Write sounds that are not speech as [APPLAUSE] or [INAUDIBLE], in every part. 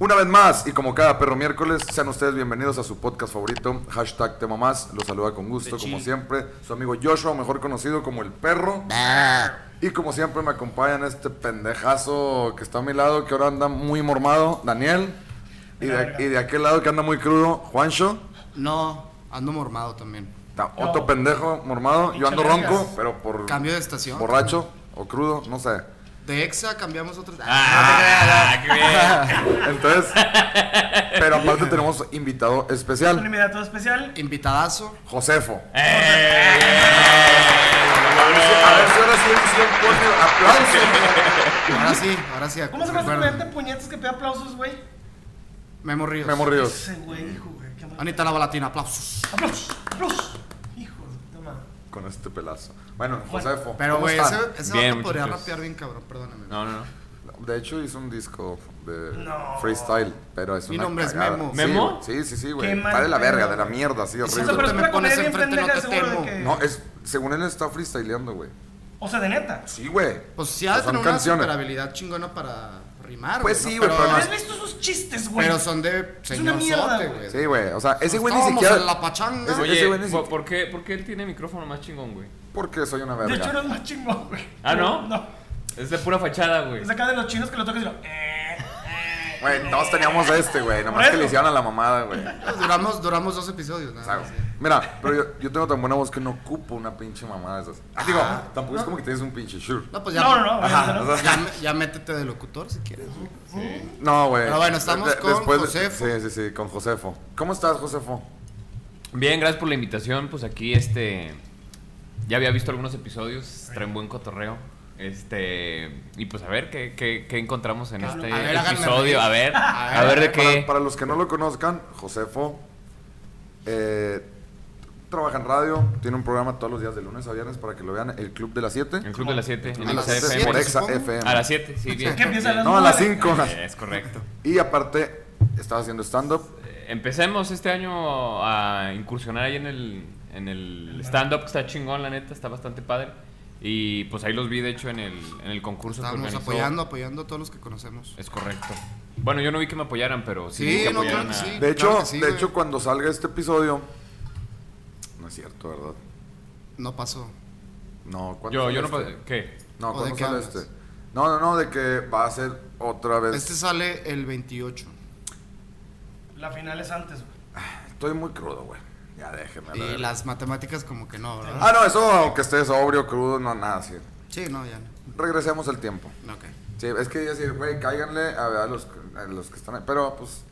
Una vez más, y como cada perro miércoles, sean ustedes bienvenidos a su podcast favorito, hashtag Tema Más. Los saluda con gusto, De como chill. siempre, su amigo Joshua, mejor conocido como el perro. Y como siempre me acompañan este pendejazo que está a mi lado, que ahora anda muy mormado, Daniel. Y de, y de aquel lado que anda muy crudo, Juancho. No, ando mormado también. Ta- Otro pendejo mormado. Yo ando Pinche ronco, vergas. pero por Cambio de estación. borracho o crudo, no [LAUGHS] sé. De Exa cambiamos otro. Ah, qué bien. Entonces, pero aparte tenemos invitado Un especial, invitado especial. Ah, Invitadazo. Josefo. A ver Eh, si- a ver si ahora sí sí pone aplausos. Ahora sí, ahora sí. ¿Cómo se llama ese recuerdo. estudiante puñetas que pide aplausos, güey? Memo Ríos. Memo Ríos. Ese güey, hijo, güey. qué mal- Anita la balatina, aplausos. ¡Aplausos! ¡Aplausos! Hijo, toma. Con este pelazo. Bueno, Josefo. Pero, ¿cómo güey, ese, están? ese Bien, vato podría muchachos. rapear bien cabrón, perdóname. No, no, no. De hecho hizo un disco de No. freestyle, pero es Mi una nombre es cagada. Memo. Sí, ¿Memo? güey. Sí, sí, sí, güey. Qué Está mal de la verga, pedo. de la mierda, así O sea, horrible. pero tú es me una pones comedia bien enfrente, no pendeja, te seguro de temo. que... No, es según él está freestyleando, güey. O sea, de neta. Sí, güey. Pues sí ha de Son tener una canciones. super habilidad chingona para rimar, Pues ¿no? sí, güey, pero no ¿Has es- visto sus chistes, güey? Pero son de una señor mierda, sote, güey. güey. Sí, güey. O sea, ese güey ni Estábamos siquiera. Pues en la pachanga. Ese- Oye, ese güey ni ¿por, siquiera- por qué, por qué él tiene micrófono más chingón, güey? Porque soy una De hecho, verga. eres más chingón, güey. Ah, ¿no? No. Es de pura fachada, güey. Es acá de los chinos que lo tocas y lo... eh, eh, Güey, todos teníamos este, güey. Nada más Por que le eso. hicieron a la mamada, güey. Pues duramos, duramos dos episodios, O nada sea, más. Mira, pero yo, yo tengo tan buena voz que no ocupo una pinche mamada de esas. Ah, digo, tampoco es como que tienes un pinche sure. No, pues ya, No, no, no. Ajá, obviamente no. o sea, ya, ya métete de locutor si quieres, güey. No, güey. Pero bueno, estamos con de- Josefo. Sí, sí, sí, con Josefo. ¿Cómo estás, Josefo? Bien, gracias por la invitación. Pues aquí, este. Ya había visto algunos episodios. Traen buen cotorreo. Este. Y pues a ver qué, qué, qué encontramos en Claro. este A ver, háganme reír. episodio. A ver, A ver, a ver de Para, qué. para los que no lo conozcan, Josefo eh, trabaja en radio, tiene un programa todos los días de lunes a viernes para que lo vean, el Club de las 7. El Club de las 7. A las siete, por Exa supongo. FM. A las 7, sí, [LAUGHS] bien. ¿Qué empieza a las No, a las nueve? 5. Es correcto. Y aparte, estaba haciendo stand-up. Eh, Empecemos este año a incursionar ahí en el, en el stand-up, que está chingón, la neta, está bastante padre. Y pues ahí los vi, de hecho, en el, en el concurso que Estábamos organizó. apoyando, apoyando a todos los que conocemos. Es correcto. Bueno, yo no vi que me apoyaran, pero sí, Sí, vi que no, apoyaron claro que a- sí. De hecho, Claro que sí, de güey. hecho cuando salga este episodio, no es cierto, ¿verdad? No pasó. No, ¿cuándo Yo, sale yo no este? pasé. ¿Qué? No, ¿O de ¿cuándo qué sale hablas? este? No, no, no, de que va a ser otra vez. Este sale el 28. La final es antes, güey. Estoy muy crudo, güey. Ya déjeme. a la Y verga. las matemáticas como que no, ¿verdad? Ah, no, eso aunque esté sobrio, crudo, no, nada, sí. Sí, no, ya no. Regresemos al tiempo. No, ok. Sí, es que decir, güey, cáiganle a, ver a los, a los que están ahí. Pero pues,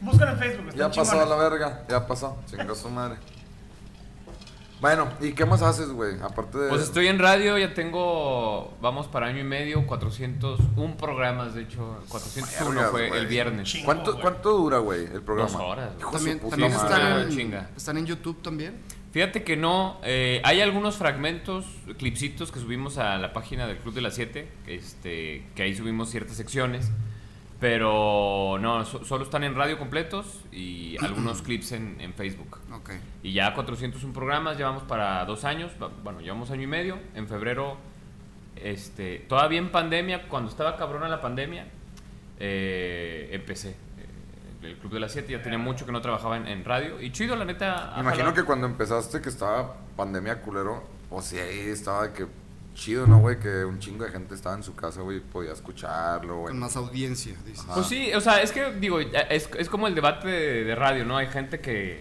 Buscan en Facebook, ya están pasó a chingones. la verga, ya pasó. Chinga su madre. Bueno, ¿y qué más haces, güey? Aparte de. Pues estoy en radio, ya tengo, vamos para año y medio, 401 programas, de hecho, 401 Vergas, fue güey. el viernes. Chingo, ¿Cuánto, güey. ¿Cuánto dura, güey, el programa? Dos horas, güey. Hijo de su También, puta también madre. están, madre. en, Chinga. están en YouTube también. Fíjate que no, eh, hay algunos fragmentos, clipsitos que subimos a la página del Club de las 7, este, que ahí subimos ciertas secciones, pero no, so- solo están en radio completos y [CLEARS THROAT] algunos clips en, en Facebook. Ok. Y ya 401 programas, llevamos para dos años, va- bueno, llevamos año y medio, en febrero, este, todavía en pandemia, cuando estaba cabrona la pandemia, eh, empecé. eh, El Club de las 7 ya tenía mucho que no trabajaba en, en radio. Y chido, la neta. ha Me imagino jalado. que cuando empezaste que estaba pandemia culero, o si ahí estaba que chido, ¿no, güey? Que un chingo de gente estaba en su casa, güey, y podía escucharlo, güey. Con más audiencia, dices. Ajá. Pues sí, o sea, es que digo, ya- es, es como el debate de, de radio, ¿no? Hay gente que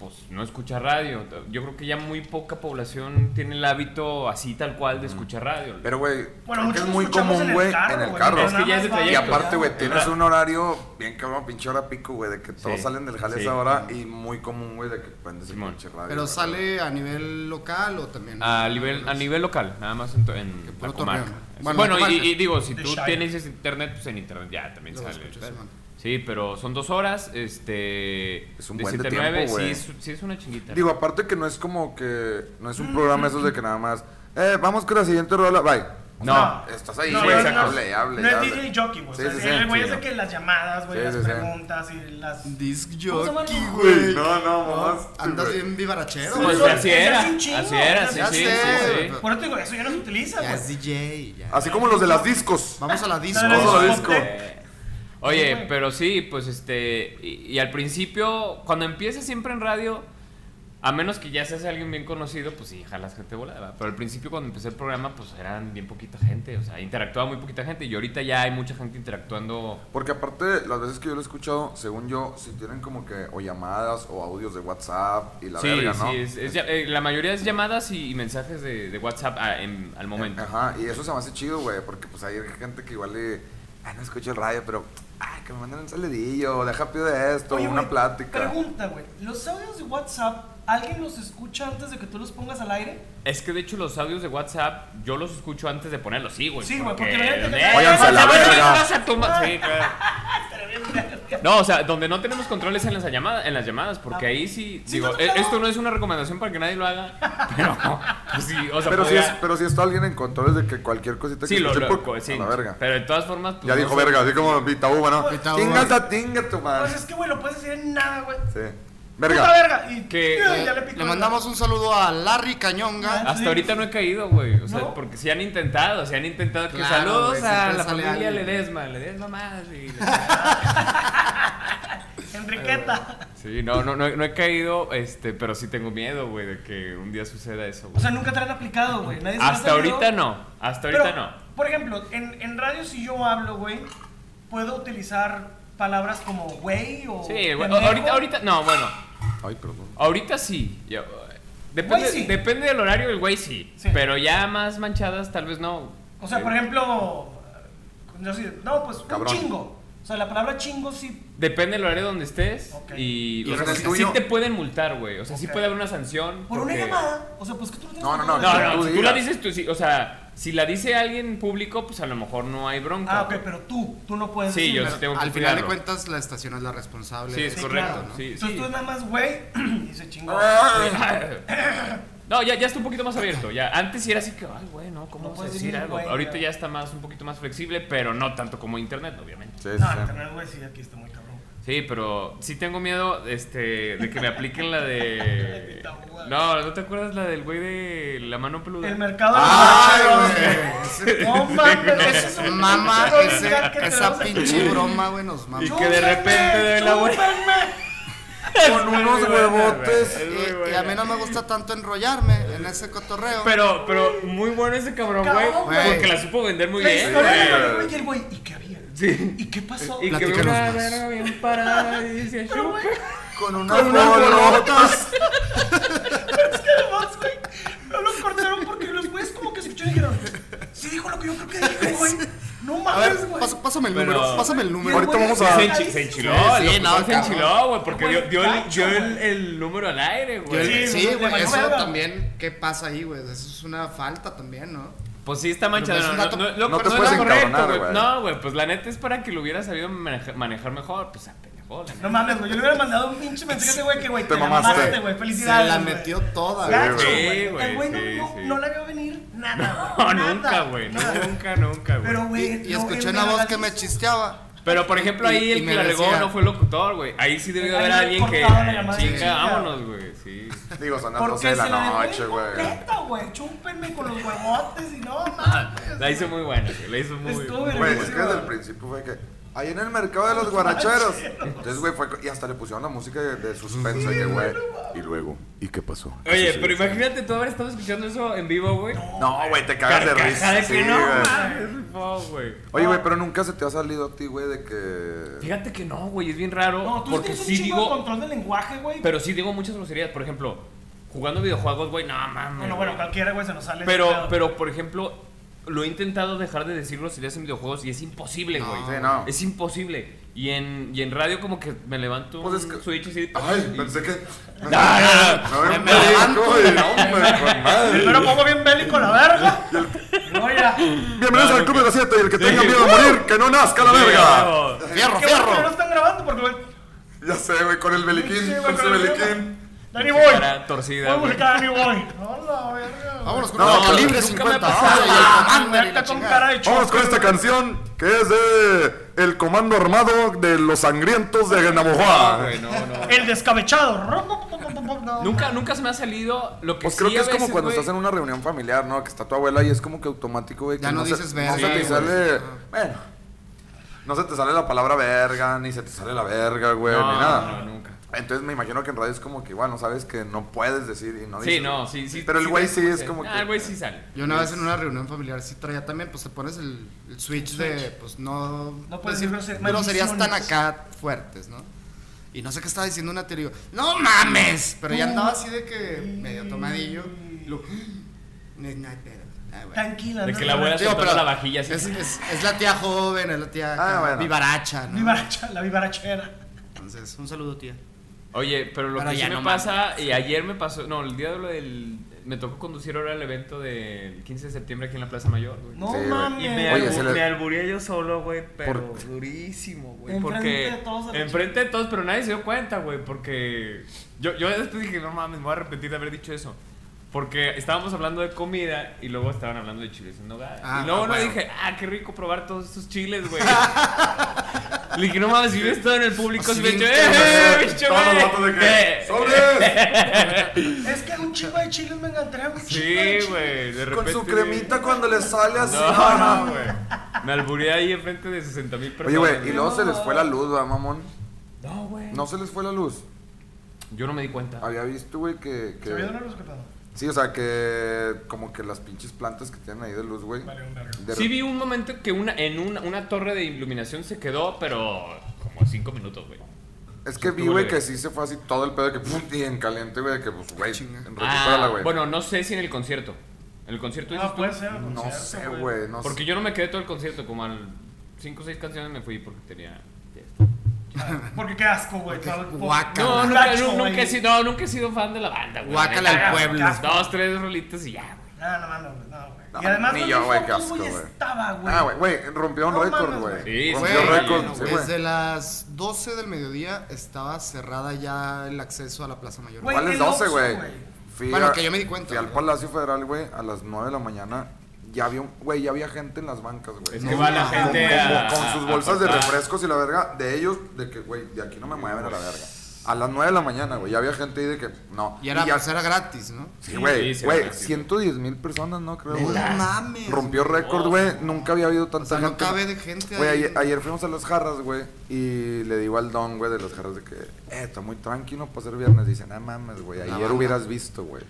pues no escucha radio. Yo creo que ya muy poca población tiene el hábito así tal cual de escuchar radio. Pero, güey, Bueno, creo que es muchos muy escuchamos común, en el güey, carro, en el güey, carro. Es que ya es de nada más Y trayecto. aparte, güey, Es tienes ra- un horario bien cabrón, pinche hora pico, güey, de que todos Sí, salen del jale a sí. esa hora y muy común, güey, de que prendes el Simón. pinche radio. Pero güey. sale a nivel local o también. A nivel, pues, a nivel local, nada más en, to- en Que la puro comarca. torneo. Bueno, Bueno, y- comarcas. y, digo, si The tú Shire. tienes ese internet, pues en internet ya también Lo sale. escuchas, ¿verdad? Simón. Sí, pero son dos horas, este... Es un de buen de siete a nueve, tiempo, güey. sí, es, sí es una chinguita. Digo, aparte que no es como que. No es un programa esos de que nada más. Eh, vamos con la siguiente rola, bye. O No. sea, Estás ahí, No, güey, no, hable, no, hable, hable. no es DJ jockey, güey. Sí, o sea, sí, sí, el güey sí, es no. de que las llamadas, güey, Sí, las sí, sí. preguntas y las. Disc ¿Cómo se llama, jockey, no? güey. No, no, mamás. Andas bien vivarachero, Sí, güey. Pues son- así se era, hace un chingo, así era, se sí, hace, sí, güey, sí, sí. pero- Por eso te digo, eso ya no se utiliza, Ya güey. es DJ. Ya. Ah, Así como los de las discos. Vamos a la disco. No, no, Vamos a la no, disco. no, no, no. Oye, güey. pero sí, pues este. Y, y al principio, cuando empiezas siempre en radio, a menos que ya seas alguien bien conocido, pues sí, jalas gente volada. ¿verdad? Pero al principio, cuando empecé el programa, pues eran bien poquita gente. O sea, interactuaba muy poquita gente. Y ahorita ya hay mucha gente interactuando. Porque aparte, las veces que yo lo he escuchado, según yo, si tienen como que o llamadas o audios de WhatsApp y la sí, verga, ¿no? sí. es- es ya- eh, la mayoría es llamadas y, y mensajes de, de WhatsApp a- en- al momento. eh, Ajá, y eso se me hace chido, güey, porque pues hay gente que igual le... Ah, no escucho el radio, pero... Ay, que me manden un salidillo, deja pío de esto, Oye, una güey, plática. Pregunta, güey. ¿Los audios de WhatsApp, alguien los escucha antes de que tú los pongas al aire? [LAUGHS] Es que de hecho los audios de WhatsApp yo los escucho antes de ponerlos. Sí, güey. Sí, güey, porque la gente- Eh, Váyanse a la güey, verga. vas a tu ma- Sí, claro. No, o sea, donde no tenemos controles en las llamadas, en las llamadas porque Ah. ahí sí, Sí, digo, está eh, tocado. esto no es una recomendación para que nadie lo haga, pero pues sí, o sea, pero, si podría- es, pero si está alguien en control de que cualquier cosita que sí, lo, escuche, lo- ¡puc! co- sí, a la verga. pero de todas formas pues, ya no dijo sé. verga, así como Vitaúba, ¿no? Pues- Vitaúba. Chingas a tinga tu madre. Pues es que, güey, lo puedes decir en nada, güey. Sí. Puta Verga. verga. Y Que- eh, ya, Le, ya le picó. Eh, le mandamos un saludo a Larry Cañonga. Ah, Hasta ahorita no he caído, güey, o sea, ¿No? porque sí han intentado, sí han intentado que Claro, saludos güey, a siempre la sale familia alguien. Ledesma, Ledesma más y Enriqueta. Sí, no, no, no, he- no he caído, este, pero sí tengo miedo, güey, de que un día suceda eso, güey. O sea, nunca te la han aplicado, güey. Nadie se la ha hasta ahorita salido. no, hasta Pero, ahorita no. Por ejemplo, en, en radio si yo hablo, güey, puedo utilizar palabras como güey o. Sí, güey, pendejo? ahorita, ahorita, no, bueno, Ay, perdón. ahorita sí. ya, eh, depende, Güey, sí. depende del horario del güey, sí, Sí. Pero ya más manchadas, tal vez no. Eh, O sea, por ejemplo, yo sí, no, pues Cabrón. un chingo. O sea, la palabra chingo sí. Depende del horario donde estés Ok. y, Y o sea, en el sí, tuyo- sí te pueden multar, güey. O sea, sí Ok. puede haber una sanción. Por una porque- llamada. O sea, pues que tú no tienes No, no, no, control de eso. No, Que no, tú si tú la digas. dices tú, sí, o sea, si la dice alguien público, pues a lo mejor no hay bronca. Ah, ok, güey. pero tú, tú no puedes. Sí, yo decirlo. sí tengo que Al final de cuidarlo. cuentas, la estación es la responsable. Sí, de es eso, correcto, ¿no? sí, Entonces sí. tú nada más, güey, [CLEARS THROAT] y se chingó. [LAUGHS] No, ya, ya está un poquito más abierto. Ya. Antes sí era así que, ay, güey, no, ¿cómo No vas a puedes decir decir, algo? güey, Ahorita güey. ya está más, un poquito más flexible, pero no tanto como internet, obviamente. Sí, sí, No, sí. internet, güey, sí, aquí está muy cabrón. Sí, pero sí tengo miedo este, de que me apliquen [LAUGHS] la de. No, ¿no te acuerdas la del güey de la mano peluda? El mercado de Ay, [LAUGHS] los güey. borrachos. No mames, ese es un Mamá, pinche ese- lugar que esa tenemos aquí. [LAUGHS] pinche broma, güey, nos mama. Y que de repente de la güey. Con unos huevotes. Es muy Eh, Y- y buena. a mí no me gusta tanto enrollarme en ese cotorreo. Pero, pero muy bueno ese cabrón, güey. Cabrón, güey. Porque la supo vender muy La bien. historia de güey. la novela y el güey, ¿y qué había? Sí. ¿Y qué pasó? Y que ve Platícanos una más. verga bien parada y dice, Pero, güey, Con unas Con unas huevotas. es que además, güey, no lo cortaron porque los güeyes como que se escucharon y dijeron, sí dijo lo que yo creo que dijo, güey. No a ver, mames, güey. pasa- pásame el Pero- número, pásame el número. Ahorita güey, vamos Se, a- ahí- enchi- se enchiló, Sí, el sí, locutor no, se cabrón. enchiló, güey, porque Güey, dio, dio el, Pues, gacho, dio el, güey. el número al aire, güey. Sí, Sí, güey, güey, valió eso verga. también, ¿qué pasa ahí, güey? Eso es una falta también, ¿no? Pues sí, está manchado. Pero es No, un no, dato- no, lo- No te no puedes era correcto, encabronar, güey. güey. No, güey, pues la neta es para que lo hubiera sabido maneja- manejar mejor. Pues apendejó, la neta. No mames, güey, yo le hubiera mandado un pinche mensaje a ese güey que, güey, Te te, la mamaste. mamaste, güey, Se felicidades. la güey. metió toda, Sí, güey. Gacho, güey. güey, El güey no, sí, no- sí. no la vio venir nada, No, güey. nada, [LAUGHS] nunca, güey. nada. Nunca, nunca, güey. Pero, güey, Y, y no, escuché güey, una voz que regalís- me chisteaba. Pero por ejemplo ahí Y- y el que me la regó decía- no fue el locutor, güey. Ahí sí debió haber Alguien alguien que cortado la llamada. chinga, Sí. vámonos, güey. Sí. [LAUGHS] Digo, son las Porque 12 se de la la dejó noche, güey. incompleta, güey. Chúpenme con los huevotes y no [LAUGHS] mames. La hizo muy buena, güey. La hizo muy Estuvo buena. Güey, es buenísima. que desde el principio fue que. Ahí en el mercado de los guaracheros. Entonces, güey, fue. Y hasta le pusieron la música de, de suspenso. y que, güey. Y luego, ¿y qué pasó? ¿Qué Oye, sucedió? pero imagínate tú haber estado escuchando eso en vivo, güey. No, güey, te cagas de Carcajada risa. de Sí, que no, güey. mames, no, güey. Oye, güey, pero nunca se te ha salido a ti, güey, de que. Fíjate que no, güey, es bien raro. No, tú porque tienes un sí chingo digo. de control del lenguaje, güey. Pero sí digo muchas groserías. Por ejemplo, jugando videojuegos, güey, no mames. Bueno, bueno, güey. cualquiera, güey, se nos sale. ese pero, pedo. pero, por ejemplo, lo he intentado dejar de decir groserías en videojuegos y es imposible, güey. Sí, no. Es imposible. Y en, y en radio como que me levanto Pues es un que- switch así. Ay, y- pensé que. No, no, no. No, Me no, levanto. güey, no, hombre, con madre. Primero pongo bien bélico la verga. [LAUGHS] No, ya. Bienvenidos No, al no, Club de las 7 y el que Sí. tenga miedo a morir, que no nazca la Sí, verga. ¡Fierro, huevo. Qué bueno que no fierro! están grabando porque, güey. Ya sé, güey, con el sí, beliquín, güey, con ese con el- beliquín. Dani Boy. Cara torcida, Voy a güey. buscar a Dani Boy. No, la verga. güey. Vámonos con No, no, pero calibre nunca me ha 50. pasado. y el Commander y Acá la con chingada. cara de choco, Vamos con esta güey. canción que es de El Comando Armado de los Sangrientos de No, Navojoa. güey, no, no. El descabechado. No. Nunca, nunca se me ha salido lo que Pues sí creo que a es como veces, cuando güey, estás en una reunión familiar, ¿no? Que está tu abuela y es como que automático, güey. que Ya no se- Ah. dices No verga, se te güey. sale. Bueno. no se te sale la palabra verga, ni se te sale la verga, güey, No, ni nada. no, nunca. Entonces me imagino que en radio es como que igual no sabes que no puedes decir y no dices. Sí, no, sí, sí. Pero el güey sí te- es como Ah, que- el güey sí sale. Yo una vez en una reunión familiar sí traía también, pues te pones el, el switch, de, pues no... No puedes decir groserías. Pero serías tan Maldiciones. acá fuertes, ¿no? Y no sé qué estaba diciendo una tía, y digo, ¡no mames! Pero ya andaba así de que medio tomadillo. y [GASPS] luego, "No es nada, pero, ah, bueno". Tranquila, De no, que la no, abuela- no. soltando la vajilla así. Es, es- es la tía joven, es la tía acá, Ah, bueno. vivaracha, ¿no? Vivaracha, la vivarachera. Entonces, un saludo, tía. Oye, pero lo Pero que sí ya me no pasa, y ayer me pasó, no, el día de lo del. Me tocó conducir ahora el evento del 15 de septiembre aquí en la Plaza Mayor, güey. No Sí, güey. mames. Y Me, Eh. Oye, albu- se le- me albureé yo solo, güey, pero ¿Por qué? durísimo, güey. En- Porque Enfrente de todos a la enfrente de todos, pero nadie se dio cuenta, güey, porque yo, yo después dije, no mames, me voy a arrepentir de haber dicho eso. Porque estábamos hablando de comida y luego estaban hablando de chiles en nogada. Ah, y luego ah, no bueno. dije, ah, qué rico probar todos estos chiles, güey. [LAUGHS] Le dije, no mames, si ves todo en el público, Así si me bien ¡eh, Eh, eh, bicho, todos los güey! vatos de [LAUGHS] Eh, que. ¡Sobres! Es que un chingo de chiles me encantaría un chingo de [LAUGHS] Sí, chiles. güey, de repente. Con su cremita cuando le sale así. No, no, güey. Me albureé ahí enfrente de 60 mil Oye, personas. güey, y luego se les fue la luz, ¿verdad, mamón? No, güey. No se les fue la luz. Yo no me di cuenta. Había visto, güey, que. Se me que... dieron los pepados. Sí, o sea, que como que las pinches plantas que tienen ahí de luz, güey. Vale, un verga. de- Sí vi un momento que una, en una, una torre de iluminación se quedó, pero como cinco minutos, güey. Es que vi, güey, que sí se fue así todo el pedo de que pum, y en caliente, güey, de que pues, güey, Chinga. recupérala, güey. Ah, bueno, no sé si en el concierto. ¿En el concierto dices No, tú? Ah, puede ser. el no concierto, sé, güey, no Porque sé. yo no me quedé todo el concierto, como al cinco o seis canciones me fui porque tenía... Porque qué asco, güey. Porque Todo- guácala. No, Gacho, nunca, nu- güey. nunca he sido, no, nunca he sido fan de la banda, güey. Guácala al Neta, pueblo. Dos, tres rolitas y ya, güey. Ah, No, no mames, güey, no, güey. No, y además, ni no yo, vi güey, qué fotos, asco, güey. Estaba, güey. Ah, güey, güey, rompió un No récord, mames, güey. güey. Sí, rompió sí, récord, no, sí, güey. güey. Desde las 12 del mediodía estaba cerrada ya el acceso a la Plaza Mayor. Güey, ¿Cuál es el 12, Oxxo, güey? güey. Fui Bueno, a- que yo me di cuenta, Fui al güey. Palacio Federal, güey, a las 9 de la mañana. Ya había, un- güey, ya había gente en las bancas, güey. Es que No, va la no, Con, gente con- a- con sus a bolsas de cortar. refrescos y la verga, de ellos, de que, güey, de aquí no me mueven a la verga. A las 9 de la mañana, güey, ya había gente ahí de que, no. Y era, ya- pues, era gratis, ¿no? Sí, güey, Sí, sí, güey, era así, 110 mil personas, ¿no? Creo, No güey. mames. Rompió récord, güey. Nunca había habido tanta O sea, no gente. cabe de gente Güey, ahí. ayer, ayer fuimos a las jarras, güey. Y le digo al don, güey, de las jarras de que, eh, está muy tranquilo para ser viernes. Dice, no mames, güey. Ayer banda. hubieras visto, güey.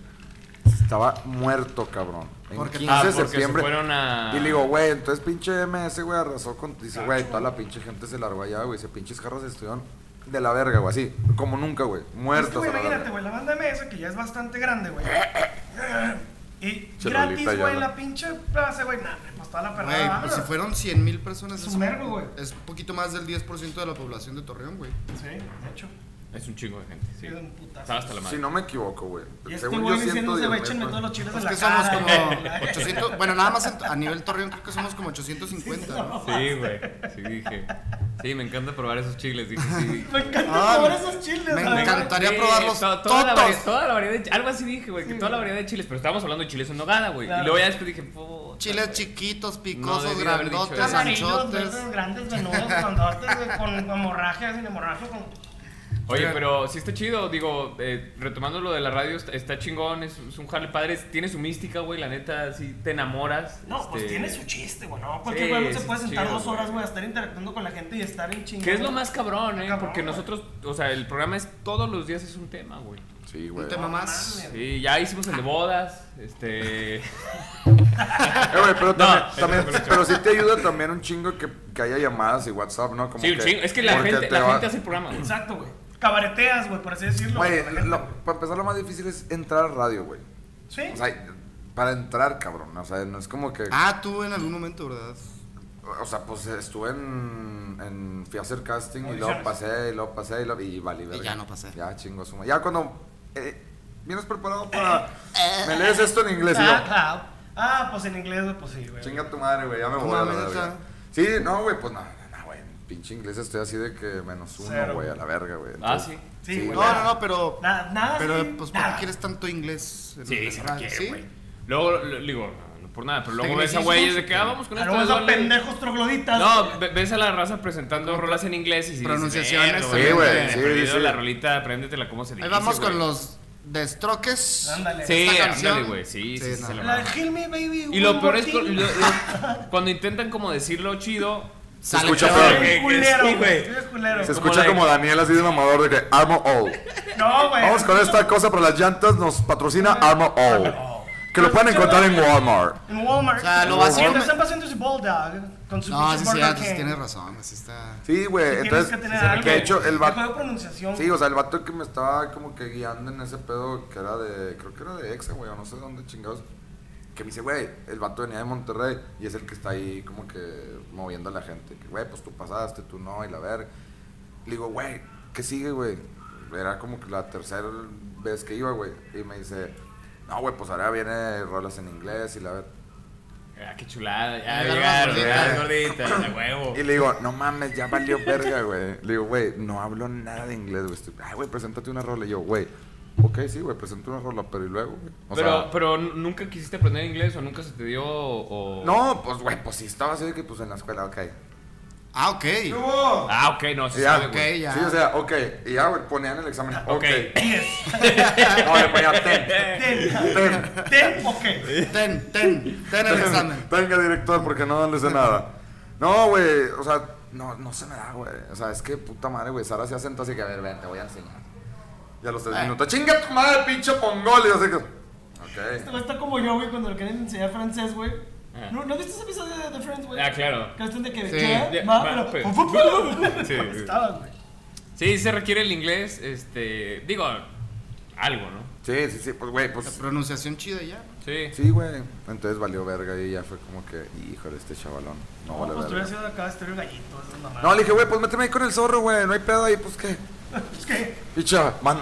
Estaba muerto, cabrón. En Porque- 15 Ah, de porque se septiembre. fueron a... Y le digo, güey, entonces pinche MS, güey, arrasó con. Dice, güey, toda la pinche gente se largó allá, güey. Dice, pinches jarras estuvieron de la verga, güey. Así, como nunca, güey. Es que, Muertos, Este güey, a la imagínate, verga. güey, la banda MS, que ya es bastante [LAUGHS] grande, güey. Y Chelolita gratis, güey, Ayala. la pinche plaza, güey. Nah, pues toda la perrada. Güey, pues si vámonos. fueron 100 mil personas. Es un vergo, güey. Es un poquito más del 10% de la población de Torreón, güey. Sí, de hecho. Es un chingo de gente, sí. Es un putazo. Estaba hasta la madre. Si no me equivoco, güey. Y este Según yo, güey pues. diciéndose, güey, 110,000 échenme todos los Es chiles en la Pues que somos cara. como güey. 800. Bueno, nada más en- a nivel Torreón creo que somos como 850. ¿no? Sí, güey. Sí, dije. Sí, me encanta probar esos chiles. Dije, sí. [LAUGHS] Me encanta Ah, probar esos chiles, me la verdad. encanta. encantaría Sí, probarlos to- toda, la todos. vari- toda la variedad de chi- Algo así dije, güey. Que toda la variedad de chiles. Pero estábamos hablando de chiles en nogada, güey. Claro. Y luego ya después dije, puta, Chiles güey. chiquitos, No picosos, debí haber dicho grandotes, eso. Amarillos, anchotes. verdes, grandes, venudos, grandotes, güey, con hemorragia, sin hemorragia, con... Oye, Oigan. pero sí está chido. Digo, eh, retomando lo de la radio, está, está chingón. Es, es un jale padre. es- Tiene su mística, güey. La neta, sí te enamoras. No, pues este, tiene su chiste, güey, no, cualquier Sí, güey no sí, se puede sí, sentar chido, dos horas, güey. güey, a estar interactuando con la gente y estar en chingada. Que es lo más cabrón, eh? Cabrón, Porque güey. nosotros, o sea, el programa es todos los días es un tema, güey. Sí, güey. Eh, Un tema más. mames. Sí, ya hicimos el de bodas. Este. Eh, güey, pero también, eso también- no lo he hecho. pero sí te ayuda también un chingo que, que haya llamadas y WhatsApp, ¿no? [LAUGHS] Como Sí, un chingo. Es que la porque gente, te la va- gente hace el programa, güey. Exacto, güey. Cabareteas, güey, por así decirlo. Güey, con la gente, lo- güey. para empezar, lo más difícil es entrar a radio, güey. Sí. O sea, para entrar, cabrón. O sea, no es como que. Ah, tú en algún momento, ¿verdad? O sea, pues estuve en. en- fui a hacer casting y luego Audiciones. pasé, y luego pasé, y, luego, y vale, verga. ya no pasé. Ya chingo suma. Ya cuando. eh, vienes preparado Eh, para. Me lees esto en inglés, y yo, Ah, claro. Ah, pues en inglés, güey, pues sí, güey. Chinga tu madre, güey, ya me No voy a la mames, verga. neta. Sí, no, güey, pues no, no, no, güey. en Pinche inglés estoy así de que menos uno, Cero. güey, a la verga, güey. Ah, Entonces, sí. Sí, güey. No, no, no, pero. Nada, nada. Pero, sí, pues, ¿por qué nada. quieres tanto inglés? en Sí, el se radio? requiere, Sí. güey. Luego, lo- digo, no, no por nada, pero luego ves a Tecnicismos, güeyes de que, ah, pero- vamos con A esto. lo mejor son dale. pendejos trogloditas. No, ve- ves a la raza presentando rolas en inglés y si Pronunciaciones dices, también, güey, güey, sí, perdido sí. la rolita, apréndetela cómo se dice. Ahí vamos güey. con los destroques. Ándale. Sí, Esta canción. ándale, güey. Sí, sí, Sí, sí, no. se la La maman. de Heal Me Baby. Y One lo More peor es cu- Thing. lo- lo- cuando intentan como decirlo chido, Se Sale escucha peor. peor. Eres culero, Sí, güey. güey. Eres culero. Se escucha como Daniel así de mamador de que Armor All. No, güey. Vamos con esta cosa para las llantas, nos patrocina Armor All. Que lo pueden encontrar en Walmart. En Walmart. O sea, lo vacío Mientras me- están pasando su Bulldog con su No, pinche sí, sí, Burger ah, entonces King. tienes razón. Así está. Sí, güey. Tienes Entonces, que tener algo. que de hecho, el Te vato. juego pronunciación. Sí, o sea, el vato que me estaba como que guiando en ese pedo que era de. Creo que era de Exa, güey, o no sé dónde chingados. Que me dice, güey, el vato venía de Monterrey y es el que está ahí como que moviendo a la gente. Que, güey, pues tú pasaste, tú no, y la verga. Le digo, güey, ¿qué sigue, güey? Era como que la tercera vez que iba, güey. Y me dice, no, güey, pues ahora viene rolas en inglés y la verga. Ah, qué chulada. Ya, Ay, llegaron, gordita. llegaron, gordita. De huevo. Y le digo, no mames, ya valió verga, güey. Le digo, güey, no hablo nada de inglés, güey. Estoy, Ay, güey, preséntate una rola. Y yo, güey, ok, sí, güey, presento una rola, pero y luego, güey. O Pero, sea, pero nunca quisiste aprender inglés o nunca se te dio o... no, pues, güey, pues sí, estaba así de que, pues, en la escuela, ok. Ah, ok. Oh, Ah, ok, no, sí Y ya, sabe, güey. ok. ya. Sí, o sea, ok. Y ya, güey, ponían el examen, ok. Ok. No, le ponía ten, ten, [LAUGHS] [LAUGHS] ten. ten, ok. Ten, ten, ten el examen. Venga, director, porque no le sé nada. No, güey, o sea, no, no se me da, güey. O sea, es que puta madre, güey. Sara se asentó así que, a ver, ven, te voy a enseñar. Y a los tres Eh. Ay. minutos, chinga tu madre, pinche pongol. Y yo así que, Este ok. güey Está como yo, güey, cuando le quieren enseñar francés, güey. Ah. ¿No, ¿No viste ese episodio de, de Friends, güey? [LAUGHS] Ah, claro. Que están de que... Sí. ¿Qué? Ya, Ma, ma, pero... [LAUGHS] pero- pues. [LAUGHS] Sí. Estaban, güey. Sí, se requiere el inglés, este... Digo, algo, ¿no? Sí, sí, sí, pues, güey, La pues. pronunciación chida ya. Sí. Sí, güey. Entonces valió verga y ya fue como que, híjole, este chavalón. No No, vale pues tú hubieras verga. sido acá, estéreo gallito, esas mamadas. No, le dije, güey, pues méteme ahí con el zorro, güey. No hay pedo ahí, pues qué. Es que... Picha, man,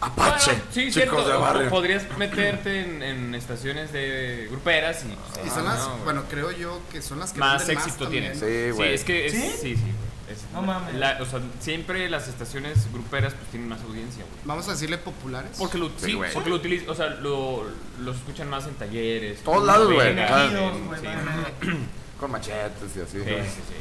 apache. Bueno, sí, chicos cierto. de barrio. Podrías meterte en, en estaciones de gruperas y... pues, Y ah, son las, no, güey. bueno, creo yo que son las que más venden éxito también. tiene. Sí, güey. es que... es- ¿Sí? sí, sí, güey. Es- No mames. la- o sea, siempre las estaciones gruperas pues tienen más audiencia, güey. Vamos a decirle populares. Porque lo, Sí, sí, güey. porque lo utiliz- o sea, lo, los escuchan más en talleres. Todos en lados, güey. bodegas, Ah, Dios, en- güey, sí. madre. Con machetes y así, Sí, güey. sí, sí.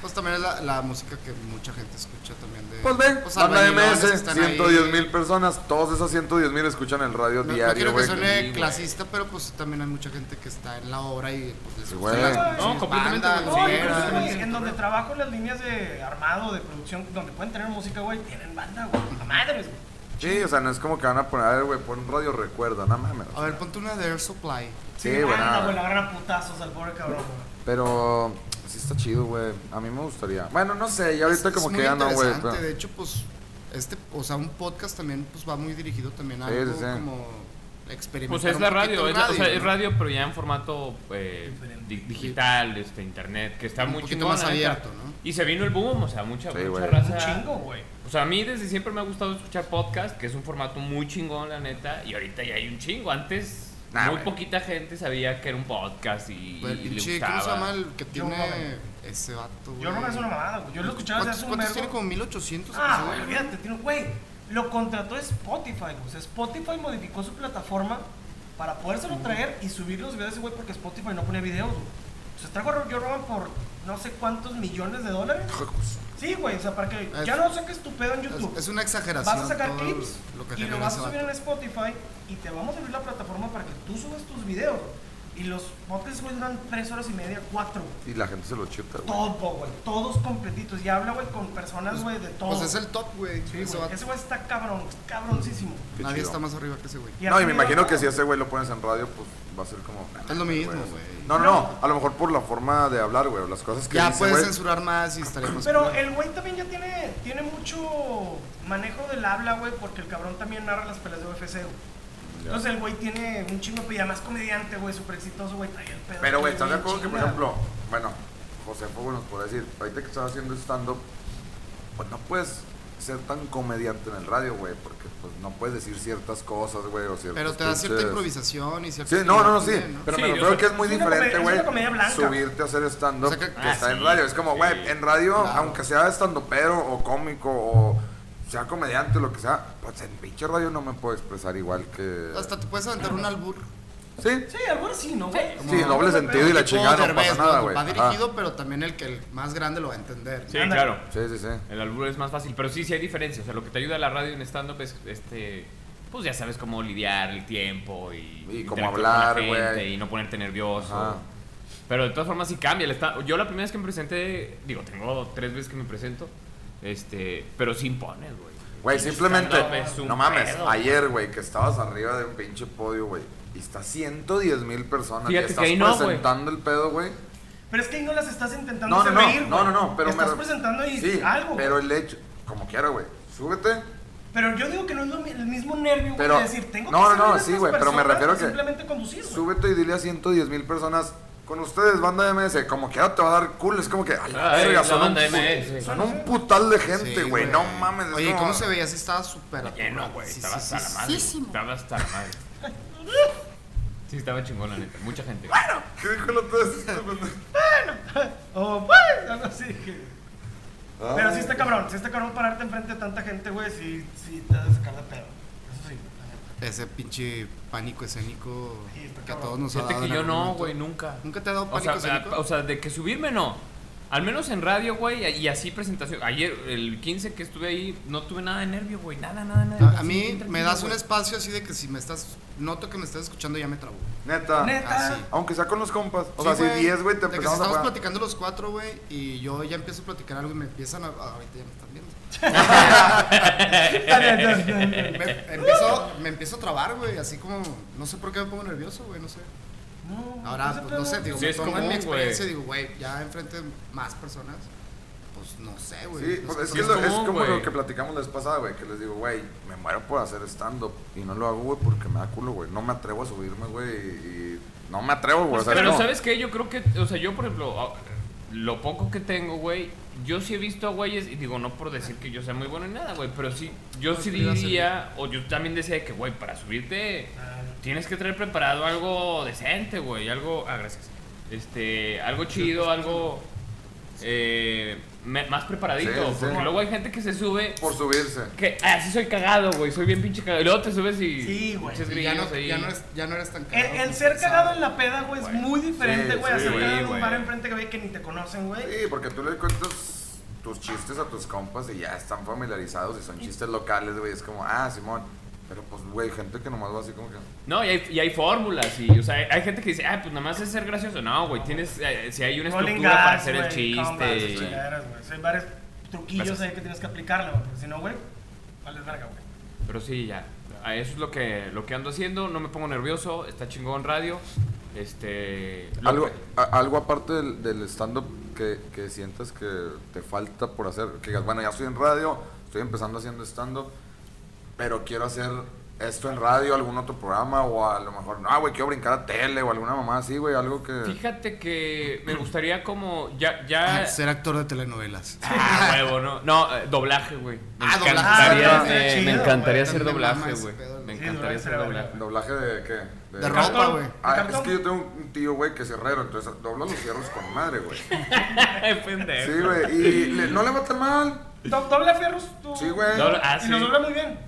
Pues también es la, la música que mucha gente escucha también de. Pues ven, pues, banda albañilones que MS, están 110 ahí. mil personas, todos esos 110 mil escuchan el radio No, no diario, quiero güey. que Sí, suene güey. clasista, pero pues también hay mucha gente que está en la obra y pues les Sí, gustan güey. las No, canciones, completamente, bandas, güey. No, Sí, incluso, bandas, claro. güey, en donde trabajo las líneas de armado, de producción, donde pueden tener música, güey, tienen banda, güey. A madres, güey. Sí, o sea, no es como que van a poner, a ver, güey, pon radio recuerda, no mames. A ver, ponte una de Air Supply. Sí, güey. güey, Anda, nada. güey, la agarran a putazos al pobre cabrón, güey. Pero sí está chido, güey. A mí me gustaría. Bueno, no sé, ya ahorita Es- como es que muy ya no, güey. interesante, pero- De hecho, pues este, o sea, un podcast también pues va muy dirigido también a Sí, algo sí, sí. como experimentar Pues es un la poquito radio, en es, la- o sea, ¿no? es radio, pero ya en formato eh, di- digital, este, internet, que está Un muy poquito chingón, más la neta. abierto, ¿no? Y se vino el boom, o sea, mucha, Sí, mucha güey. raza. Un chingo, güey. O sea, a mí desde siempre me ha gustado escuchar podcast, que es un formato muy chingón, la neta, y ahorita ya hay un chingo. Antes, Nah, muy güey. poquita gente sabía que era un podcast y, Pues, y le pinche, gustaba. ¿Cómo se llama el que tiene Rogan. ese vato? Yo no güey? me hace una mamada, güey. Yo lo escuchaba desde ¿Cuántos, hace un cuántos vergo. tiene? Como 1800 Ah, güey, episodios, güey. olvídate, tiene- güey. Lo contrató Spotify, güey. O sea, Spotify modificó su plataforma para podérselo traer y subir los videos de ese güey porque Spotify no ponía videos, güey. O sea, trajo a Joe Rogan por no sé cuántos millones de dólares. Sí, güey, o sea, para que ya no saques tu pedo en YouTube. Es, es una exageración. Vas a sacar todo clips lo que y lo genera vas a ese subir vato. en Spotify y te vamos a abrir la plataforma para que tú subas tus videos. Y los podcasts, güey, duran tres horas y media, cuatro, güey. Y la gente se lo chuta, güey. Todo, güey. Todos completitos. Y habla, güey, con personas, güey, de todo. Pues es el top, güey. Sí, ese güey, vato. Ese güey está cabrón, cabroncísimo. Qué Nadie chido. está más arriba que ese güey. No, y me arriba, imagino que güey. si ese güey lo pones en radio, pues va a ser como. "Ah, Es lo mismo, güey. No, no, no. A lo mejor por la forma de hablar, güey, o las cosas que Ya dice, puedes güey. censurar más y estaría más. Pero culero. el güey también ya tiene, tiene mucho manejo del habla, güey, porque el cabrón también narra las peleas de UFC, güey. Entonces el güey tiene un chingo, pues, y además comediante, güey, súper exitoso, güey, trae el pedo. Pero, güey, está ¿estás de acuerdo que, por ejemplo, bueno, José Fuego nos puede decir, ahorita que estás haciendo stand-up, pues no puedes ser tan comediante en el radio, güey, porque pues no puedes decir ciertas cosas, güey, o ciertas Pero te da cierta pinches- improvisación y cierta. Sí, no, no, no, sí. creatividad Pero Sí, me o refiero sea, que es muy es una diferente, comedia- es güey. una comedia blanca. Subirte a hacer stand-up O sea, que- que Ah, está en sí, radio. Es como, sí. güey, en radio, Claro. aunque sea stand o cómico o sea comediante, lo que sea, pues en pinche radio no me puedo expresar igual que. ¿no? Hasta te puedes aventar un albur. Sí, Sí, algo así, ¿no, güey? sí, en doble sentido y la Tipo chingada no Derbez, pasa nada, ¿no? güey. Va Ajá. dirigido, pero también el que el más grande lo va a entender. Sí, Ándale. claro. Sí, sí, sí. El albur es más fácil, pero sí, sí hay diferencia. O sea, lo que te ayuda a la radio en stand-up es, este, pues ya sabes cómo lidiar el tiempo y... Y cómo interactuar con hablar, la gente güey. Y no ponerte nervioso. Ajá. Pero de todas formas sí cambia. el esta- Yo la primera vez que me presenté, digo, tengo tres veces que me presento, este, pero sí impones, güey. Güey, simplemente, Stand-up es un no mames, pedo. ayer, güey, que estabas arriba de un pinche podio, güey, y está 110 mil personas, y Fíjate que estás ahí no, güey. presentando el pedo, güey. Pero es que ahí no las estás intentando No, no, hacer no, reír, no, güey. no, no, pero Estás me- presentando ahí Sí, algo. pero el hecho, como quiera, güey, súbete. Pero yo digo que no es lo mi- el mismo nervio, güey, Pero- de decir, tengo no, que no, hacer no, sí, güey, pero me refiero que simplemente conducir, güey. Súbete y dile a 110 mil personas, con ustedes, banda de MS, como quiera te va a dar cool, es como que, a la Ay, verga, la son, banda un, put- MS. son un putal de gente, Sí, güey, no mames. es Oye, como- ¿cómo se veía? Sí, estaba súper Lleno, atorado. güey. Sí, sí, estaba hasta sí, la madre. sí, sí, Estaba hasta la madre. Sí, estaba chingón, la neta. Mucha gente. güey. [LAUGHS] ¿Qué dijo el otro día? este [LAUGHS] O, pues, [LAUGHS] algo así. que- Ah. Pero sí está cabrón, sí está cabrón pararte enfrente de tanta gente, güey, sí, sí te vas a sacar de pedo. Eso sí. la neta. Ese pinche pánico escénico Sí, está que a cabrón. todos nos ha Fíjate dado. que en yo algún no, momento. güey, nunca. ¿Nunca te ha dado O pánico sea, escénico? a- o sea, de que subirme no. Al menos en radio, güey, y así presentación. Ayer, el 15 que estuve ahí, no tuve nada de nervio, güey. Nada, nada, nada. a, a Así, mí bien me tranquilo, das un güey. espacio así de que si me estás. Noto que me estás escuchando, ya me trabo. Neta. Neta. [LAUGHS] Así. Aunque sea con los compas. O Sí, sea, si 10, güey, te De empezamos que si estamos a jugar. platicando los cuatro, güey, y yo ya empiezo a platicar algo y me empiezan a. ah, Ahorita ya me están [LAUGHS] viendo. Me empiezo, me empiezo a trabar, güey, así como. No sé por qué me pongo nervioso, güey, no sé. No, Ahora, ese pues no sé, pedo. digo, Sí, me es pongo en común, mi experiencia y güey. digo, güey, ya enfrente de más personas, pues no sé, güey. Sí, No pues sé, es, que sí, es es lo- es común, como güey. lo que platicamos la vez pasada, güey, que les digo, güey, me muero por hacer stand-up y no lo hago, güey, porque me da culo, güey. No me atrevo a subirme, güey, y y no me atrevo, güey. o sea, Pero Pues, no. ¿sabes qué? Yo creo que, o sea, yo por ejemplo, a- lo poco que tengo, güey, yo sí he visto a güeyes, y digo, no por decir que yo sea muy bueno en nada, güey, pero sí, yo No, sí sí, iba a diría, o yo también decía que, güey, para subirte Ah, tienes que traer preparado algo decente, güey, algo, ah, gracias, este, algo chido, algo eh, me- más preparadito, Sí, sí. porque luego hay gente que se sube... Por subirse. Que, ah, sí soy cagado, güey, soy bien pinche cagado. Y luego te subes y... Sí, güey. pinches y ya no, grillos ahí. ya, no eres, ya no eres tan El, cagado. pues, el ni ser estresado. cagado en la peda, güey, es muy diferente, Sí, güey, a sí, ser güey, cagado en un güey. bar enfrente que ve que ni te conocen, güey. Sí, porque tú le cuentas tus chistes a tus compas y ya están familiarizados y son chistes locales, güey. Es como, ah, Simón. Pero pues, güey, gente que nomás va así como que. No, y hay, y hay fórmulas, y, o sea, hay, hay gente que dice, ah, pues nada más es ser gracioso. No, güey, tienes, eh, si hay una Rolling estructura para gas, hacer el güey, combats, chiste. esas chingaderas, güey. Sí, Hay varios truquillos Gracias. ahí que tienes que aplicarle, güey, porque si no, güey, vale verga, güey. Pero sí, ya. Ah, Eso es lo que, lo que ando haciendo, no me pongo nervioso, está chingón radio. Este. lo Algo, que- a- algo aparte del, del stand-up que, que sientas que te falta por hacer. Que digas, bueno, ya estoy en radio, estoy empezando haciendo stand-up, pero quiero hacer esto en radio, algún otro programa, o a lo mejor, no, güey, quiero brincar a tele o alguna mamá así, güey, algo que. Fíjate que me gustaría como. Ya, ya. Ah, Ser actor de telenovelas. Ah, huevo, no. No, eh, doblaje, güey. Me Ah, doblaje. encantaría, Ah, estaría eh, chido, me güey, encantaría hacer también me doblaje, mama ese güey. pedo, Me güey. Sí, encantaría doblaje hacer estaría doblaje. ¿Doblaje de qué? De, De cartón. ropa, güey. Ah, ¿De es que cartón? yo tengo un tío, güey, que es herrero, entonces dobla los fierros con madre, güey. [LAUGHS] Pendejo. Sí, güey, y le- no le va tan mal. Do- ¿Doble fierros tú? Sí, güey. Dobla- ah, y sí. nos dobla muy bien.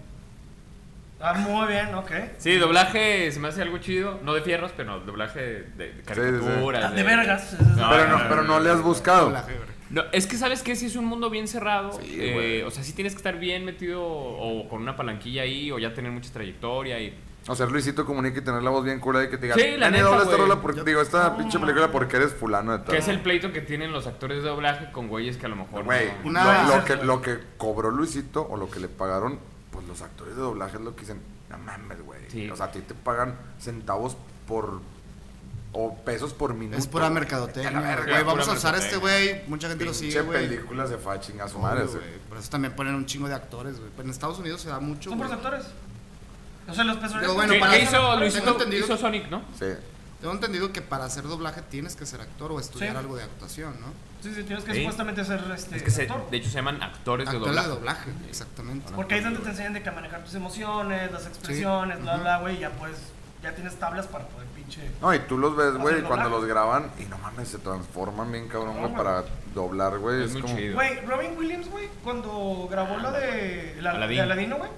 Ah, muy bien, ok. Sí, doblaje se me hace algo chido. No de fierros, pero doblaje de, de caricaturas. Ah, De vergas. Pero no, pero no le has buscado. Doblaje, güey. No, es que sabes que si es un mundo bien cerrado, Sí, eh, güey. o sea, sí tienes que estar bien metido o con una palanquilla ahí o ya tener mucha trayectoria y O sea, Luisito comunica y tener la voz bien curada y que te diga, Sí, la "Dani, neta, dobla esta güey. rola porque, digo, esta pinche película porque eres fulano de tal. que es el pleito que tienen los actores de doblaje con güeyes que a lo mejor Güey, no- Una- lo, lo que, lo que cobró Luisito o lo que le pagaron, pues los actores de doblaje es lo que dicen, no mames, güey. Sí. O sea, a ti te pagan centavos por... o pesos por minuto. Es pura mercadotecnia, Vete a la verga, güey. Vamos pura a usar a este mercadotecnia. güey. Mucha gente lo sigue, Pinche güey. películas de faching a su madre. Obvio, ese. güey. Por eso también ponen un chingo de actores, güey. Pero en Estados Unidos se da mucho. Son güey. productores. O sea, los personajes. Digo, bueno, ¿Qué, Ah, para- qué hizo tengo Luisito? entendido- Hizo Sonic, ¿no? Sí. Tengo entendido que para hacer doblaje tienes que ser actor o estudiar Sí. algo de actuación, ¿no? Sí, sí, tienes que Sí. supuestamente ser este. Es que se- actor. de hecho se llaman actores de Actor doblaje. de doblaje, exactamente. Porque ahí es donde te enseñan de que manejar tus emociones, las expresiones, bla, bla, güey. y Ya pues, ya tienes tablas para poder pinche. No, y tú los ves, Hacen güey, cuando doblaje. los graban y no mames, se transforman bien cabrón, güey, para doblar, güey. Es Es, muy como... chido. Güey, Robin Williams, güey, cuando grabó la de, la, Aladdin. de Aladino, güey,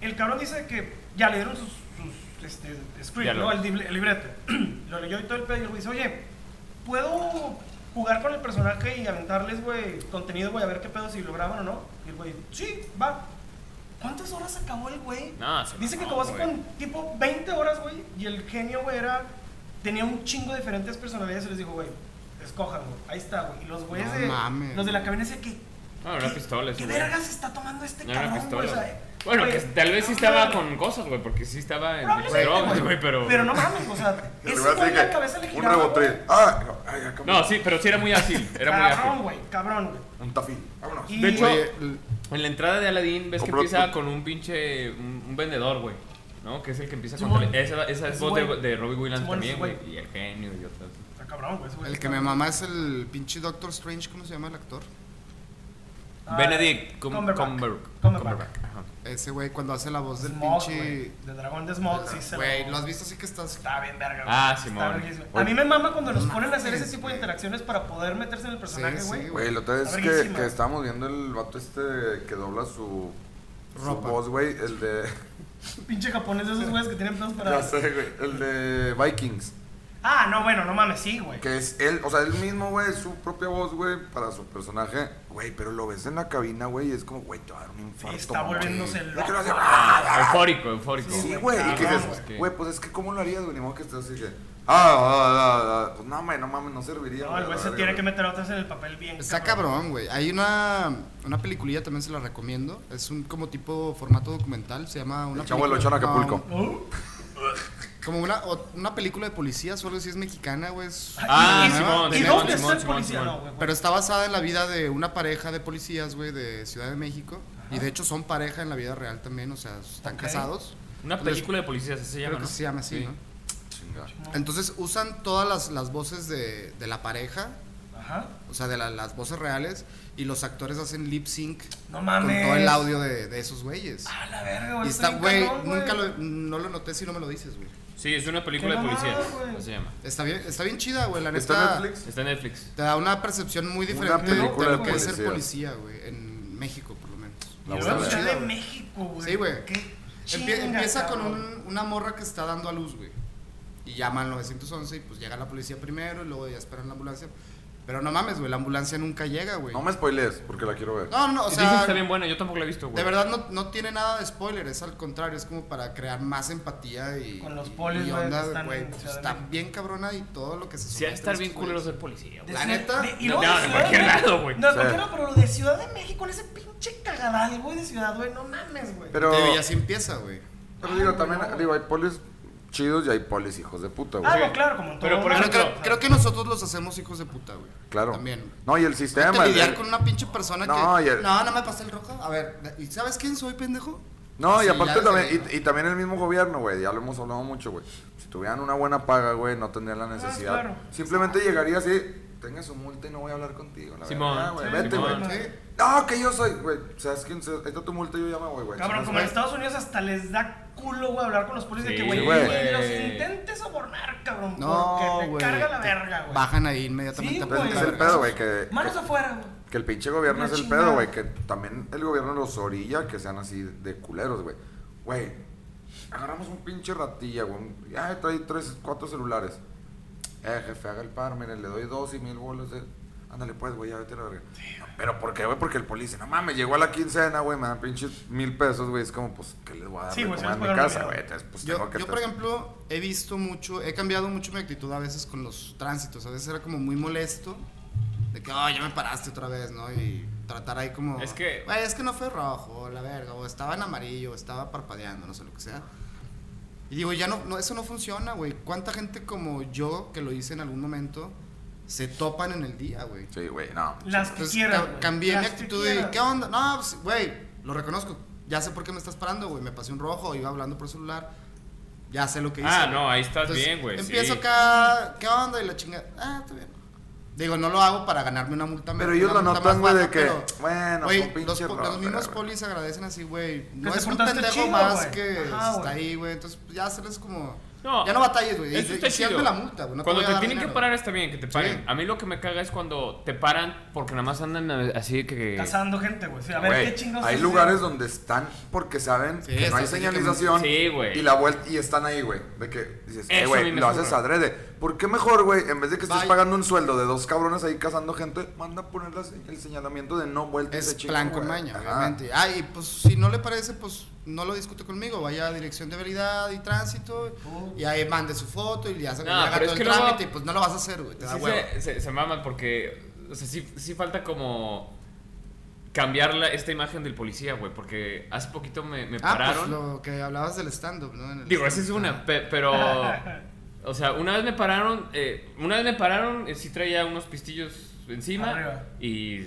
el cabrón dice que ya le dieron sus, sus este, script, ¿no? Diálogos. El, dibl- el libreto. [CLEARS THROAT] Lo leyó y todo el pedo y luego dice, oye, ¿puedo jugar con el personaje y aventarles, güey, contenido, güey, a ver qué pedo si lo graban o no? Y el güey, sí, va. ¿Cuántas horas acabó el güey? No, se Dice que mamó, acabó así güey. con tipo 20 horas, güey, y el genio, güey, era tenía un chingo de diferentes personalidades y les dijo, güey, escojan, güey. Ahí está, güey. Y los güeyes No de. mames. Los de la cabina decían que. No, era ¿qué- pistola ese ¿Qué güey. vergas está tomando este No era cabrón, pistola. güey? O sea, güey. bueno, güey, que tal vez sí no estaba mames. con cosas, güey, porque sí estaba en Probablemente, drogas, güey, pero. Pero no mames, o sea, Y ese arriba güey así la que, cabeza le Un giraba. rebotril. Ah, ay, ya, como- No, sí, pero sí era muy ágil. Era muy Cabrón, ágil. güey, cabrón, güey. Un tafí. Vámonos. Y- De hecho, Pues, Oye, l- en la entrada de Aladdin ves que Compró- empieza con un pinche. un, un vendedor, güey. ¿No? Que es el que empieza con. Simón. Esa, esa es Ese voz de, güey. de Robbie Williams Simón, también, ese güey. güey. Y el genio y otras. Está cabrón, güey. ese güey el que está- me mamá es el pinche Doctor Strange, ¿cómo se llama el actor? Ah, Benedict Cum- Cumberbatch. Cumberbatch. Cumberbatch. Ajá. Ese güey cuando hace la voz Pues, del Smoke, pinche... güey. De dragón de Smog, sí se lo- Güey, lo has visto así que estás... Está bien verga, güey. Ah, Está Simón. verguísima. A mí me mama cuando nos ponen a hacer ese tipo güey. de interacciones para poder meterse en el personaje, Sí, sí, güey. güey. Güey, la otra vez Está que, verguísima. que estábamos viendo el vato este que dobla su, su Ropa. voz, güey, el [LAUGHS] de... Pinche japonés de esos güeyes que tienen pedos para... Ya sé, güey, el de Vikings. Ah, no, bueno, no mames, sí, güey. Que es él, o sea, él mismo, güey, su propia voz, güey, para su personaje. Güey, pero lo ves en la cabina, güey, y es como, güey, te va a dar un infarto. está mamón. volviéndose Yo loco. quiero hacer- ¡Ah! Eufórico, eufórico. Sí, güey, güey. Y que cabrón, dices, güey. güey, pues es que, ¿cómo lo harías, güey? Ni modo que estés así que. Ah, ah, ah, ah. Pues no, güey, no mames, no serviría. No, el güey se la tiene que verga, meter otra vez en el papel bien. Está cabrón, güey. Hay una, una peliculilla, también se la recomiendo. Es un como tipo formato documental, se llama una... Chavo del película- Ocho en Acapulco. no, Uh, como una, o- una película de policías, solo si es mexicana, güey. es- Ah, y- y- Simón, ¿Y Simón, dónde está Simón, el Simón, policía? Simón. No, güey, güey. Pero está basada en la vida de una pareja de policías, güey, de Ciudad de México. Y de hecho son pareja en la vida real también, o sea, están Ok. casados. Una Pues, película de policías, así se llama. Creo que ¿no? se llama así, Sí. ¿no? chinga. Entonces usan todas las, las voces de, de la pareja, Ajá. o sea, de la- las voces reales, y los actores hacen lip sync No con mames. todo el audio de, de esos güeyes. A la verga, güey. Y está, bien güey, cabrón, nunca lo, no lo noté si no me lo dices, güey. Sí, es una película Qué de mamada, policías. güey. Así se llama. Está bien, está bien chida, güey, la neta. ¿Está en Netflix? Está en Netflix. Te da una percepción muy diferente de película lo de que es ser policías. policía, güey, en México, por lo menos. La La voz Ciudad chida, de güey. México, güey. Sí, güey. Qué Empie- chinga, empieza con cabrón. un- una morra que está dando a luz, güey. Y llama al 911 y pues llega la policía primero y luego ya esperan la ambulancia. Pero no mames, güey, la ambulancia nunca llega, güey. No me spoilees, porque la quiero ver. No, no, no, o Y dicen que sea, está bien buena, yo tampoco la he visto, güey. de verdad no, no tiene nada de spoiler, es al contrario, es como para crear más empatía y Con los y- polis, y güey, que onda, están güey, en pues, Ciudad de está México. bien cabrona y todo lo que se Sí, ha de estar someten bien estos culero güeyes. ser policía, De güey. La Ciudad- neta, de- y no, luego de Ciudad cualquier México. lado, güey. No, de Sí. cualquier lado, pero de Ciudad de México, en ese pinche cagadal, güey, de ciudad, güey. No mames, güey. Pero, Te digo, y así empieza, güey. pero digo, también no. digo, hay polis chidos y hay polis hijos de puta, güey. Ah, no, claro, como en todo. Pero, por lado. Pero ejemplo, O creo, sea, creo que nosotros los hacemos hijos de puta, güey. Claro. También. güey. No, y el sistema. Ponte a el- lidiar con una pinche persona No, que. y el- No, no me pasé el rojo. A ver, ¿y sabes quién soy, pendejo? No, y Sí, aparte ya también, sé. y, y también el mismo gobierno, güey, ya lo hemos hablado mucho, güey. Si tuvieran una buena paga, güey, no tendrían la necesidad. Ah, claro. Simplemente llegaría así, tenga su multa y no voy a hablar contigo. La Simón, verdad, güey, sí, vete, Simón. güey. Sí. No, que yo soy, güey, sabes quién, soy? ahí está tu multa, yo ya me voy, güey. Chingas, Cabrón, como en Pues, güey. Estados Unidos hasta les da culo, güey, hablar con los policías de Sí, que, güey, güey. ni los intentes sobornar, cabrón, No, porque güey. te carga la te verga, güey. Bajan ahí inmediatamente. Sí, a Pero güey. pues, Es el vergazos. pedo, güey, que, Manos que, afuera, güey. que el pinche gobierno Una es el chingada. pedo, güey, que también el gobierno los orilla que sean así de culeros, güey. Güey, agarramos un pinche ratilla, güey, un- ya trae tres, cuatro celulares. Eh, jefe, haga el par, mire, le doy dos y mil bolos de... Ándale, pues, güey, ya vete a la verga. No, Pero, ¿por qué, güey? Porque el policía, no mames, llegó a la quincena, güey, me dan pinches mil pesos, güey. Es como, pues, ¿qué les voy a dar Sí, de güey, se comer en les mi pagaron casa, bien. güey? Entonces, pues, tengo Yo, que... yo, por ejemplo, he visto mucho, he cambiado mucho mi actitud a veces con los tránsitos. A veces era como muy molesto. De que, oh, ya me paraste otra vez, ¿no? Y tratar ahí como. Es que- "Güey, es que no fue rojo, o la verga. O estaba en amarillo, o estaba parpadeando, no sé lo que sea. Y digo, ya no, no eso no funciona, güey. ¿Cuánta gente como yo, que lo hice en algún momento, se topan en el día, güey? Sí, güey, no. Las que Pues, Entonces, quieran. ca- güey. cambié Las mi que actitud quieran. y ¿qué onda? No, pues, güey, lo reconozco. Ya sé por qué me estás parando, güey. Me pasé un rojo, iba hablando por celular. Ya sé lo que hice. Ah, güey. no, ahí estás bien, güey, Empiezo sí. acá, ¿qué onda? Y la chingada. Ah, está bien. Digo, no lo hago para ganarme una multa Pero me- ellos una lo multa más notan, güey, de baja, que, pero, bueno, güey, fue un los, pinche po- rojo, los mismos güey. polis agradecen así, güey. No te es un portaste pendejo chido, más güey. que Ajá, está güey. ahí, güey. Entonces, ya hacerles como. No, ya no batalles, güey. Eso Y, está y sí, hazme chido. la multa, güey. No cuando voy a te dar tienen que dinero. parar está bien, que te paren. Sí. A mí lo que me caga es cuando te paran porque nada más andan eh, así que... Cazando gente, güey. Sí, a ver Güey, qué chingados. hay haces, lugares güey. donde están porque saben Sí, que no hay estratégicamente. señalización Sí, güey. y la vuelta y están ahí, güey, de que dices, eh, Eso a mí güey, me lo haces zurra. adrede, ¿Por qué mejor, güey? En vez de que estés Bye. pagando un sueldo de dos cabrones ahí cazando gente, manda a poner la se- el señalamiento de no vuelta. y Es se chinga, plan con güey. maña, Ajá. obviamente. Ah, y pues si no le parece, pues no lo discute conmigo. Vaya a dirección de veridad y tránsito y ahí mande su foto y ya se le No, haga todo pero es el que luego- trámite. Y pues no lo vas a hacer, güey. Te da Ah, Sí hueva. se, se, se maman porque. O sea, sí, sí falta como. Cambiar la- esta imagen del policía, güey. Porque hace poquito me, me Ah, pararon. pues lo que hablabas del stand-up, ¿no? En el Digo, esa es una, pe- [LAUGHS] pero. O sea, una vez me pararon. eh, una vez me pararon, eh, sí traía unos pistillos encima. Arriba. Y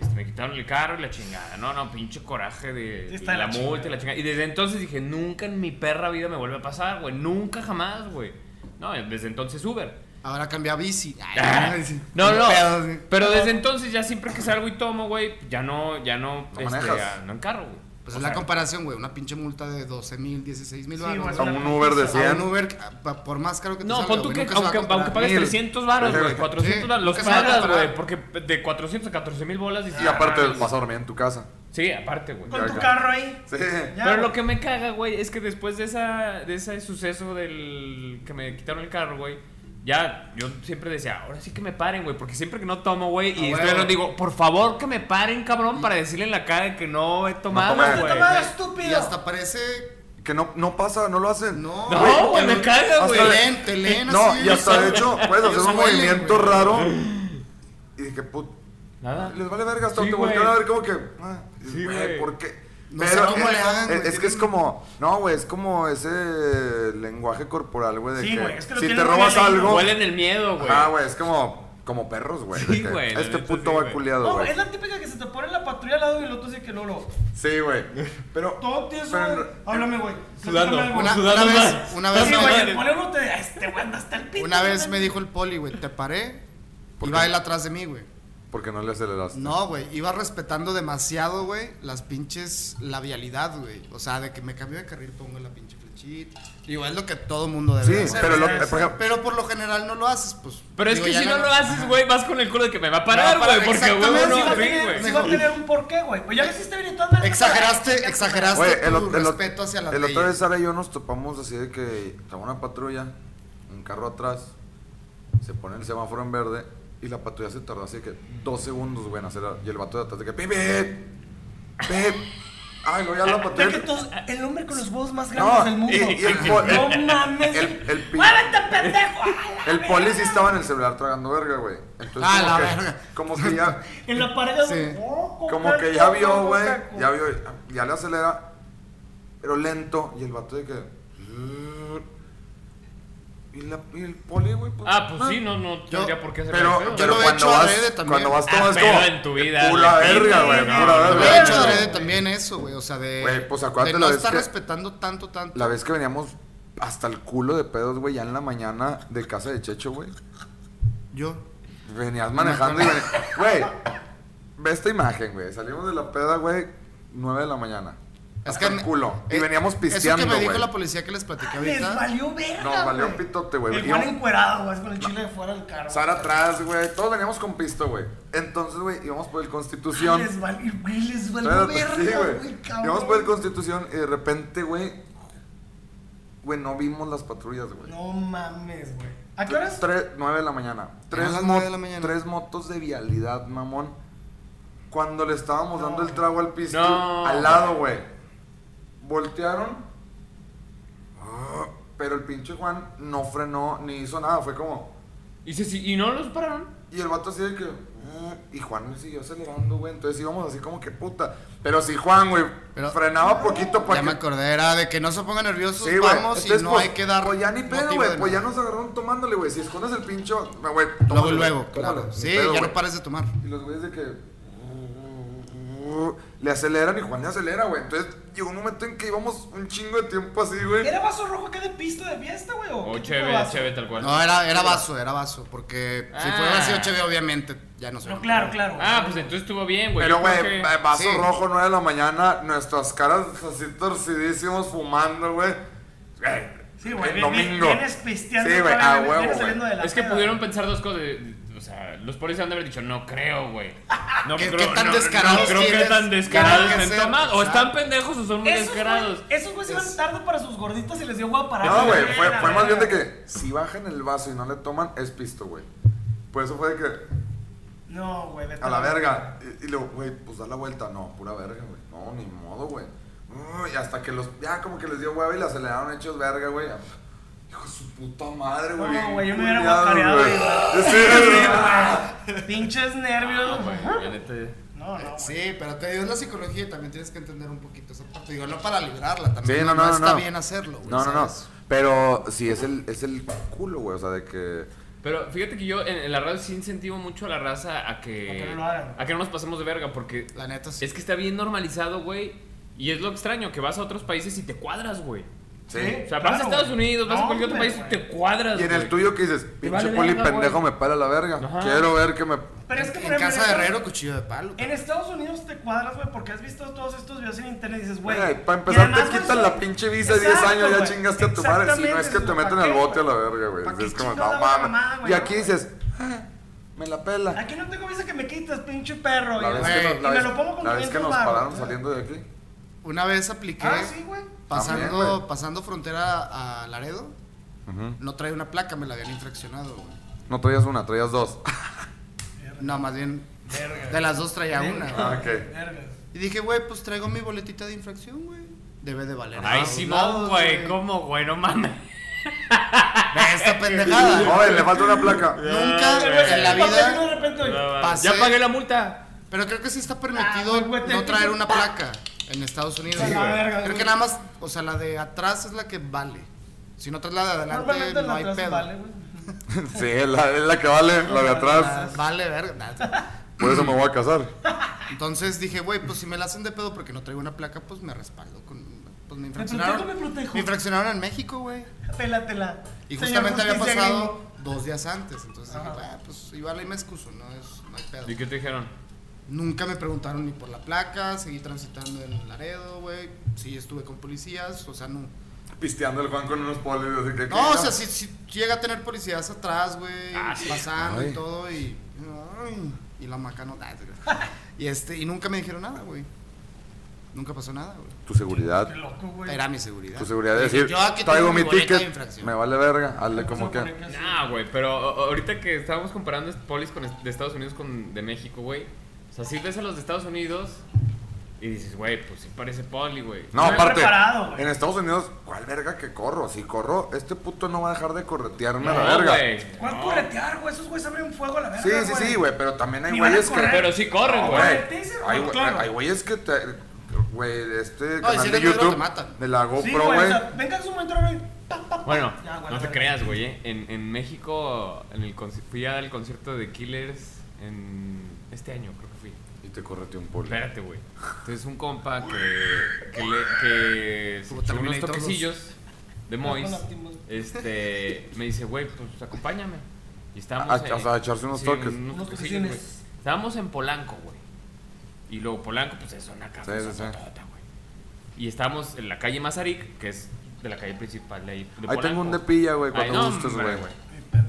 este, me quitaron el carro y la chingada. No, no, pinche coraje de Sí, está la la, multa y chingada. la chingada. Y desde entonces dije, nunca en mi perra vida me vuelve a pasar, güey. Nunca jamás, güey. No, desde entonces Uber. Ahora cambia a [LAUGHS] bici. Ah, Ay, sí. No, Qué no. pedo, sí. Pero desde entonces ya siempre que salgo y tomo, güey, ya no, ya no, No este, manejas. ah, no encargo, güey. Pues O es la sea, comparación, güey. Una pinche multa de 12 mil, 16 mil Sí, baros. güey, A un Uber de A un 100. Uber, a- pa- por más caro que te No, salga, pon tú güey, que nunca se va a aunque, aunque comparar. pagues Mil. 300 varos, güey, Sí. 400 varos, los Nunca se va a pagas, comparar. güey, porque de 400 a 14 mil bolas dices, Y aparte "Ah, vas a dormir en tu casa. Sí, aparte, güey. Ya, Con tu ya. carro ahí. Sí. Ya, Pero güey. lo que me caga, güey, es que después de esa de ese suceso del que me quitaron el carro, güey, ya yo siempre decía, ahora sí que me paren, güey, porque siempre que no tomo, güey, y Ah, estoy güey. hablando, digo, por favor, que me paren, cabrón, para decirle en la cara que no he tomado, tomé. ¡Te güey. tomaba, Y estúpido! hasta parece. Que no, no pasa, no lo hacen. No, No, güey, me caga, hasta güey. Te leen, te leen No, así. y hasta de hecho, puedes hacer Ellos un huelen, movimiento güey. raro. Y dije, put. Nada. Les vale verga, hasta Sí, te güey. voltean a ver como que. ah, dices, Sí, güey, güey. ¿por qué? No sé cómo es, le hagan, es- güey, es que es tienen- como, no, güey, es como ese lenguaje corporal, güey, de Sí, que, güey, es que lo si te tienen muy robas leído. algo, Huelen el miedo, güey. ah, güey, es como, como perros, güey, de Sí, que güey, la este neta puto sí, va güey. culiado, No, güey, es la típica que se te pone la patrulla al lado y el otro dice que no lo. sí, [LAUGHS] güey, pero, Todo tienes pero en- güey. Háblame, güey. Sudando. Platícame algo. Una, Sudando una más. vez, una vez, Sí, no, güey, madre. el pone uno te. Este güey anda hasta el pito. una vez me dijo el poli, güey, te paré. ¿Por Iba qué? él atrás de mí, güey. porque no le aceleraste, No, güey, iba respetando demasiado, güey, las pinches la vialidad, güey. O sea, de que me cambio de carril, pongo la pinche flechita. Digo, es lo que todo mundo debe sí, de hacer. pero, lo, güey. por ejemplo, Pero por lo general no lo haces, pues. Pero es digo, que ya si no lo haces, Ajá. güey, vas con el culo de que me va a parar, Me va a güey, parar, porque güey, exactamente, no, Sí, va a sí, tener- sí güey. va a tener un porqué, güey. Pues ya lo hiciste bien y todas maneras. Exageraste, exageraste Güey, tu el, el- respeto hacia la el ley. otra vez Sara y yo nos topamos así de que estaba una patrulla, un carro atrás, se pone el semáforo en verde y la patrulla se tardó así de que dos segundos, güey, en hacer y el vato de atrás de que pip, pip, pip". ay, no, ya la De que patrulla. todos- el hombre con los huevos más grandes No, del y, mundo. y el, po- no mames. el- el pi- ¡Muévete, pendejo! ¡A la el poli sí verga! estaba en el celular tragando verga, güey. Entonces, Ah, como la que- verga. Como que ya, En la pared de Sí. Como que ya vio, güey. Ya vio, ya le acelera. Pero lento. Y el vato de que. Y, la, y el poli, güey. Pues, Ah, pues ah. sí, no, no tendría por qué hacer Pero, el pedo. yo pero lo he cuando, hecho vas, adrede también. cuando vas Ah, todo es pero como. en tu vida, Pura le verga, pitas, güey. güey, Pura no, Yo verga. lo he hecho Claro. adrede también eso, güey. O sea, de. Güey, pues, acuérdate de la no vez estar que- respetando tanto, tanto. La vez que veníamos hasta el culo de pedos, güey, ya en la mañana de casa de Checho, güey. Yo. Venías manejando y venías. Güey, ve esta imagen, güey. Salimos de la peda, güey, 9 de la mañana. Es hasta que el me- culo. Y eh, veníamos pisteando, Eso que me güey. dijo la policía que les platiqué Ah, Les ahorita. valió verga. Nos valió güey. pitote, güey. El Íbamos- Juan encuerado, güey, con el chile de fuera del carro. Sara atrás, güey. Todos veníamos con pisto, güey. Entonces, güey, íbamos por el Constitución. Ah, Les valió, güey, les valió Espérate, verga, pues sí, güey, cabrón. Íbamos por el Constitución y de repente, güey, güey, no vimos las patrullas, güey. No mames, güey. ¿A qué horas? Tres- nueve de la mañana. Tres, las mo- nueve de la mañana. tres motos de vialidad, mamón. Cuando le estábamos No. dando el trago al pisto, No. al lado, güey. Voltearon. Ah, Pero el pinche Juan no frenó ni hizo nada. Fue como. Y, se- sí, y no los pararon. Y el vato así de que. "Ah", Y Juan le siguió acelerando, güey. Entonces íbamos así como que puta. Pero si Juan, güey, Pero- frenaba poquito para Ya que. me acordé, era de que no se pongan nerviosos, Sí, güey. vamos, Entonces, y no pues, hay que dar. Pues ya ni pedo, motivo güey. de Pues ya nada. nos agarraron tomándole, güey. Si escondes el pincho. no, Güey, Luego, tómale, luego, tómale, claro. ni Sí, pedo, ya güey. no pares de tomar. Y los güeyes de que. "Mm, Le aceleran y Juan le acelera, güey. Entonces llegó un momento en que íbamos un chingo de tiempo así, güey. ¿Era vaso rojo acá de pista de fiesta, güey? ¿O O qué tipo de cheve, vaso? cheve tal cual. No, era, era vaso, era vaso. Porque si Ah. fuera así chévere, obviamente ya no se No, claro, claro. Ah, pues entonces estuvo bien, güey. Pero, Yo creo güey, que- eh, vaso sí. rojo, 9 de la mañana, nuestras caras así torcidísimos, fumando, güey. Güey, Sí, güey. el vi- vi- domingo. Vienes pisteando. Sí, güey, todavía, a vienes huevo, saliendo güey. de la Es que peda. pudieron pensar dos cosas. de- O sea, los policías han de haber dicho, no creo, güey. No ¿Qué- creo, qué tan no- descarados no creo que tienes? tan descarados Claro que estén sí, tomando. O exacto. están pendejos o son muy Esos descarados. güey- Esos güeyes iban tarde para sus gorditas y les dio agua para No, güey, fue, fue más bien de que si bajan el vaso y no le toman, es pisto, güey. Por eso fue de que No, güey, vete a la verga. Y, y luego, güey, pues da la vuelta. No, pura verga, güey. No, ni modo, güey. Uy, hasta que los, ya como que les dio hueva y la aceleraron hechos verga, güey. Hijo de su puta madre, güey. No, bien güey, yo me hubiera culiado, guacareado, güey. güey. [LAUGHS] Sí, güey. [LAUGHS] Pinches nervios. No, güey, la neta, No, no, güey. Sí, pero te digo, es la psicología y también tienes que entender un poquito esa parte. Digo, no para librarla también. Sí, no, no, no. está no. bien hacerlo, güey. No, no, no. ¿sabes? Pero sí, es el, es el culo, güey. O sea, de que. Pero fíjate que yo en, en la radio sí incentivo mucho a la raza a A que. que no lo hagan. a que no nos pasemos de verga, porque La neta sí. es que está bien normalizado, güey. Y es lo extraño, que vas a otros países y te cuadras, güey. Sí. O sea, vas a Claro, Estados güey. Unidos, vas a No, cualquier otro hombre, país y güey. te cuadras, Y en el güey. tuyo que dices, pinche vale poli verga, pendejo güey. me para la verga. Ajá. Quiero ver que me. Pero es que por en ejemplo, Eh, casa de Herrero, cuchillo de palo. En Estados Unidos te cuadras, güey, porque has visto todos estos videos en internet y dices, güey. Güey, para y empezar, además, te güey, quitan son- la pinche visa de 10 Exacto, años, ya güey. chingaste a tu madre. Si no es Exactamente, que te dices, meten ¿pa' al qué, bote a la güey? verga, ¿Pa' güey. qué Es como, chingada no la mames. mamada, Y güey? aquí dices, "Ah, me la pela. Aquí no tengo visa que me quitas, pinche perro. La y vez la- que güey, nos- y la me vez- lo pongo con la vez que 500 nos baros. pararon saliendo de aquí. Una vez apliqué. Ah, sí, güey. Pasando, También, güey. pasando frontera a Laredo, no traía una placa, me la habían infraccionado, güey. No traías una, traías dos. No, más bien, Verga. de las dos traía una. güey. Ah, [LAUGHS] ok. Vergas. Y dije, güey, pues traigo mi boletita de infracción, güey. Debe de valer. Ay, sí, Simón, güey, ¿cómo, güey? No mames. Esta [LAUGHS] pendejada. Joven, le falta una placa. [LAUGHS] Nunca en la El papel no vida. de repente, oye, Pasé. Ya pagué la multa. Pero creo que sí está Ah, permitido güey, te- no traer una placa en Estados Unidos. Sí, güey. creo que nada más, o sea, la de atrás es la que vale. Si no traes la de adelante, Normalmente no la hay atrás pedo. vale, Vale, güey. Sí, es la, es la que vale, la de atrás. verga. Nah. Por eso me voy a casar. Entonces dije, güey, pues si me la hacen de pedo porque no traigo una placa, pues me respaldo con. Pues me protejo, me infraccionaron. protejo. me infraccionaron en México, güey. Tela, tela. Y Señor justamente había justicia pasado gringo. dos días antes. Entonces dije, Ajá. "Bah, pues igual ahí me excuso, no, es, no hay pedo. ¿Y qué te dijeron? Nunca me preguntaron ni por la placa, seguí transitando en Laredo, güey. Sí, estuve con policías, o sea, no. Pisteando el Juan con unos polis. Así que, No, o sea, si, llega a tener policías atrás, güey, Ah, sí. pasando Ay. y todo, y. ay, y la maca no. nah, es [LAUGHS] verdad. y, este, y nunca me dijeron nada, güey. Nunca pasó nada, güey. Tu seguridad. Qué loco, güey. Pues, Era mi seguridad. Tu seguridad de Dije, decir, "Yo aquí traigo tengo mi boleta de ticket. infracción". Me vale verga. Hazle como Vamos a que. poner así. Nah, güey, pero o- o- ahorita que estábamos comparando est- polis con est- de Estados Unidos con de México, güey. O sea, si ves a los de Estados Unidos y dices, güey, pues sí parece poli, güey. No, Estoy aparte, preparado, güey. en Estados Unidos, ¿cuál verga que corro? Si corro, este puto no va a dejar de corretearme a No, la verga. güey, ¿Cuál no. corretear, güey? Esos güeyes abren fuego a la verga. Sí, sí, sí, güey, pero también hay Ni van a güeyes que. correr. Pero sí corren, No, güey. güey, taser, Hay, güey, güey- claro. hay güeyes que te. Güey, este No, y canal si de eres negro, te YouTube. matan. De la Sí, GoPro, güey. o güey. sea, venga su momento, güey. pa, pa, pa. Bueno, Ya, güey, no la te verga. creas, güey. eh. En, en México, en el conci- fui al concierto de Killers en este año, creo que fui. y te correteó un poli. Espérate, güey. Entonces un compa que, que, le, que se Como echó unos Terminator dos. toquecillos de Mois, Ah, con Optimus. este, me dice, güey, pues acompáñame. Y A- estábamos... Ah, o sea, a echarse unos toques. Unos toquecillos, toquecines. güey. Estábamos en Polanco, güey. Y luego Polanco, pues es una casa. tota, Sí, sí, sí. Y estábamos en la calle Mazarik, que es de la calle principal de ahí. de Ahí tengo Polanco. un de pilla, güey, cuando Ay, no, gustes, hombre, güey.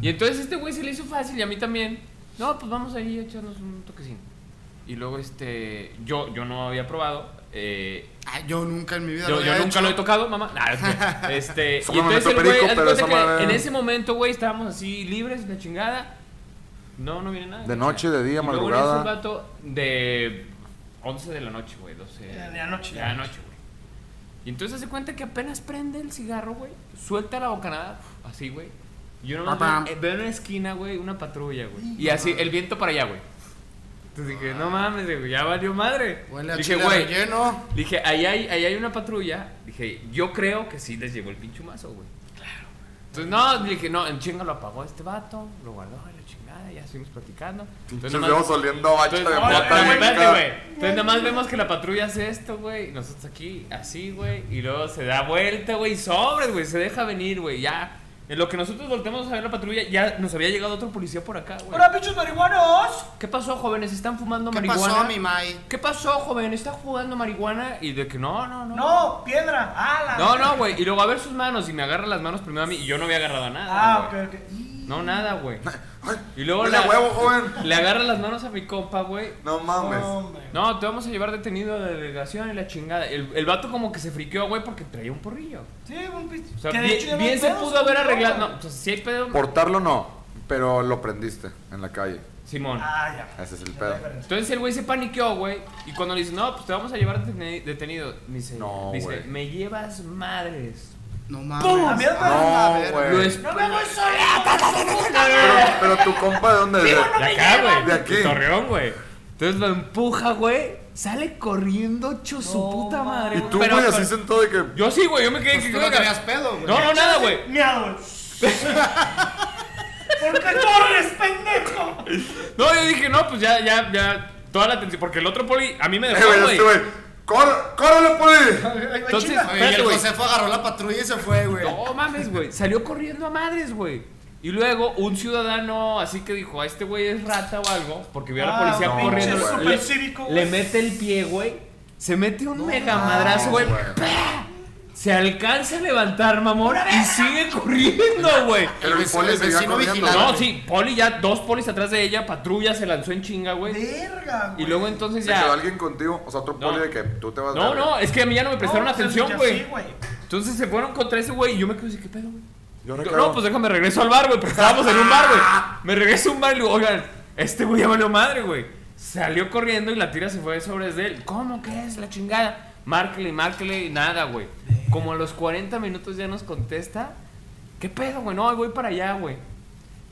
Y entonces este güey se le hizo fácil y a mí también. No, pues vamos ahí a echarnos un toquecín. Y luego este, yo, yo no había probado. eh, Ah, yo nunca en mi vida yo yo había nunca hecho. lo he tocado, mamá. Nah, es que, este, Eso y no me entonces meto el güey, perico, haz de pero esa cuenta que madre- en ese momento, güey, estábamos así libres, la chingada. No, no viene nada. De noche, de día, Y luego en madrugada. ese vato de 11 de la noche, güey, 12. De la noche. De la noche, güey. Y entonces se cuenta que apenas prende el cigarro, güey, suelta la bocanada, así, güey. Y yo nomás Papam. veo, eh, veo en una esquina, güey, una patrulla, güey. Y así, el viento para allá, güey. Entonces dije, no mames, güey, ya valió madre. Huele a dije, chile güey, relleno. Dije, ahí hay, ahí hay una patrulla. Dije, yo creo que sí les llegó el pinche mazo, güey. Claro. Entonces, no, dije, no, en chinga lo apagó este vato, lo guardó en la chingada, ya seguimos platicando. Pinches nomás- dedos oliendo a bacha de entonces, no, mota, no, güey, espérate, cada- güey. Entonces, nada más vemos que la patrulla hace esto, güey, y nosotros aquí, así, güey, y luego se da vuelta, güey, y sobres, güey, se deja venir, güey, ya. En lo que nosotros volteamos a ver la patrulla, ya nos había llegado otro policía por acá, güey. ¡Hola, bichos marihuanos! ¿Qué pasó, jóvenes? ¿Están fumando ¿Qué marihuana? pasó, mi Mai? ¿Qué pasó, joven? ¿Está jugando marihuana? Y de que no, no, no. No, piedra. ¡Ah, la No, no, güey. Y luego a ver sus manos. Y me agarra las manos primero a mí. Y yo no había agarrado nada. Ah, güey. ok, ok. Y- No, nada, güey. Ay, Y luego dale la- huevo, joven. Le agarra las manos a mi compa, güey. No mames. Hombre. No, te vamos a llevar detenido de delegación y la chingada. El, el vato como que se friqueó, güey, porque traía un porrillo. Sí, un pinche. O sea, que de bien, hecho ya no bien hay se pedos, pudo haber güey. arreglado. No, pues si hay pedo, Portarlo no, pero lo prendiste en la calle. Simón. Ah, ya. Ese es el Ya pedo. la diferencia. Entonces el güey se paniqueó, güey. Y cuando le dice, no, pues te vamos a llevar deteni- detenido. Me dice, No, dice, güey. me llevas madres. No mames. ¡Pum! A mí me- Ah, No, la verga. güey. Lo es- ¡No me voy sola! Pero, pero tu compa, ¿de dónde? De, De acá, güey. De aquí. Torreón, güey. Entonces lo empuja, güey. Sale corriendo hecho su No, puta mames. madre. y güey. tú, Pero- güey, así pero- sentado [LAUGHS] de que. "Eh, Yo sí, güey. Yo me quedé. Pues tú no tenías pedo, güey. no, no, nada, güey. [LAUGHS] Miado. ¿Por qué corres, pendejo? No, yo dije, no, pues ya, ya, ya. Toda la atención. Porque el otro poli a mí me Eh, dejó, güey, güey. este güey. ¡Cor- ¡Córrele, pues". poli! Entonces, Oye, y espérate, el güey. Josefo agarró la patrulla y se fue, güey. No mames, güey. Salió corriendo a madres, güey. Y luego un ciudadano así que dijo, a este güey es rata o algo, porque vio a la Ah, policía no, corriendo. pinche Le, supercívico, le güey. mete el pie, güey. Se mete un mega madrazo, güey. pues, ¡Pah! Se alcanza a levantar, mamón, y sigue corriendo, güey. El vecino- poli pues, el seguía vecino corriendo. vigilante. No, sí, poli ya, dos polis atrás de ella, patrulla, se lanzó en chinga, güey. Verga, güey. Y luego entonces Se quedó ya... alguien contigo, o sea, otro No. poli de que tú te vas No, no, es que a mí ya no me prestaron No, pues, atención, ya güey. Sí, güey. Entonces se fueron contra ese güey y yo me quedé así, ¿qué pedo, güey? Yo Yo, no, pues déjame regreso al bar, güey, porque estábamos en un bar, güey. Me regreso a un bar y le digo, oigan, este güey ya valió madre, güey. Salió corriendo y la tira se fue sobre desde él. ¿Cómo que es la chingada? Márquele, márquele, y nada, güey. Como a los 40 minutos ya nos contesta. ¿Qué pedo, güey? No, voy para allá, güey.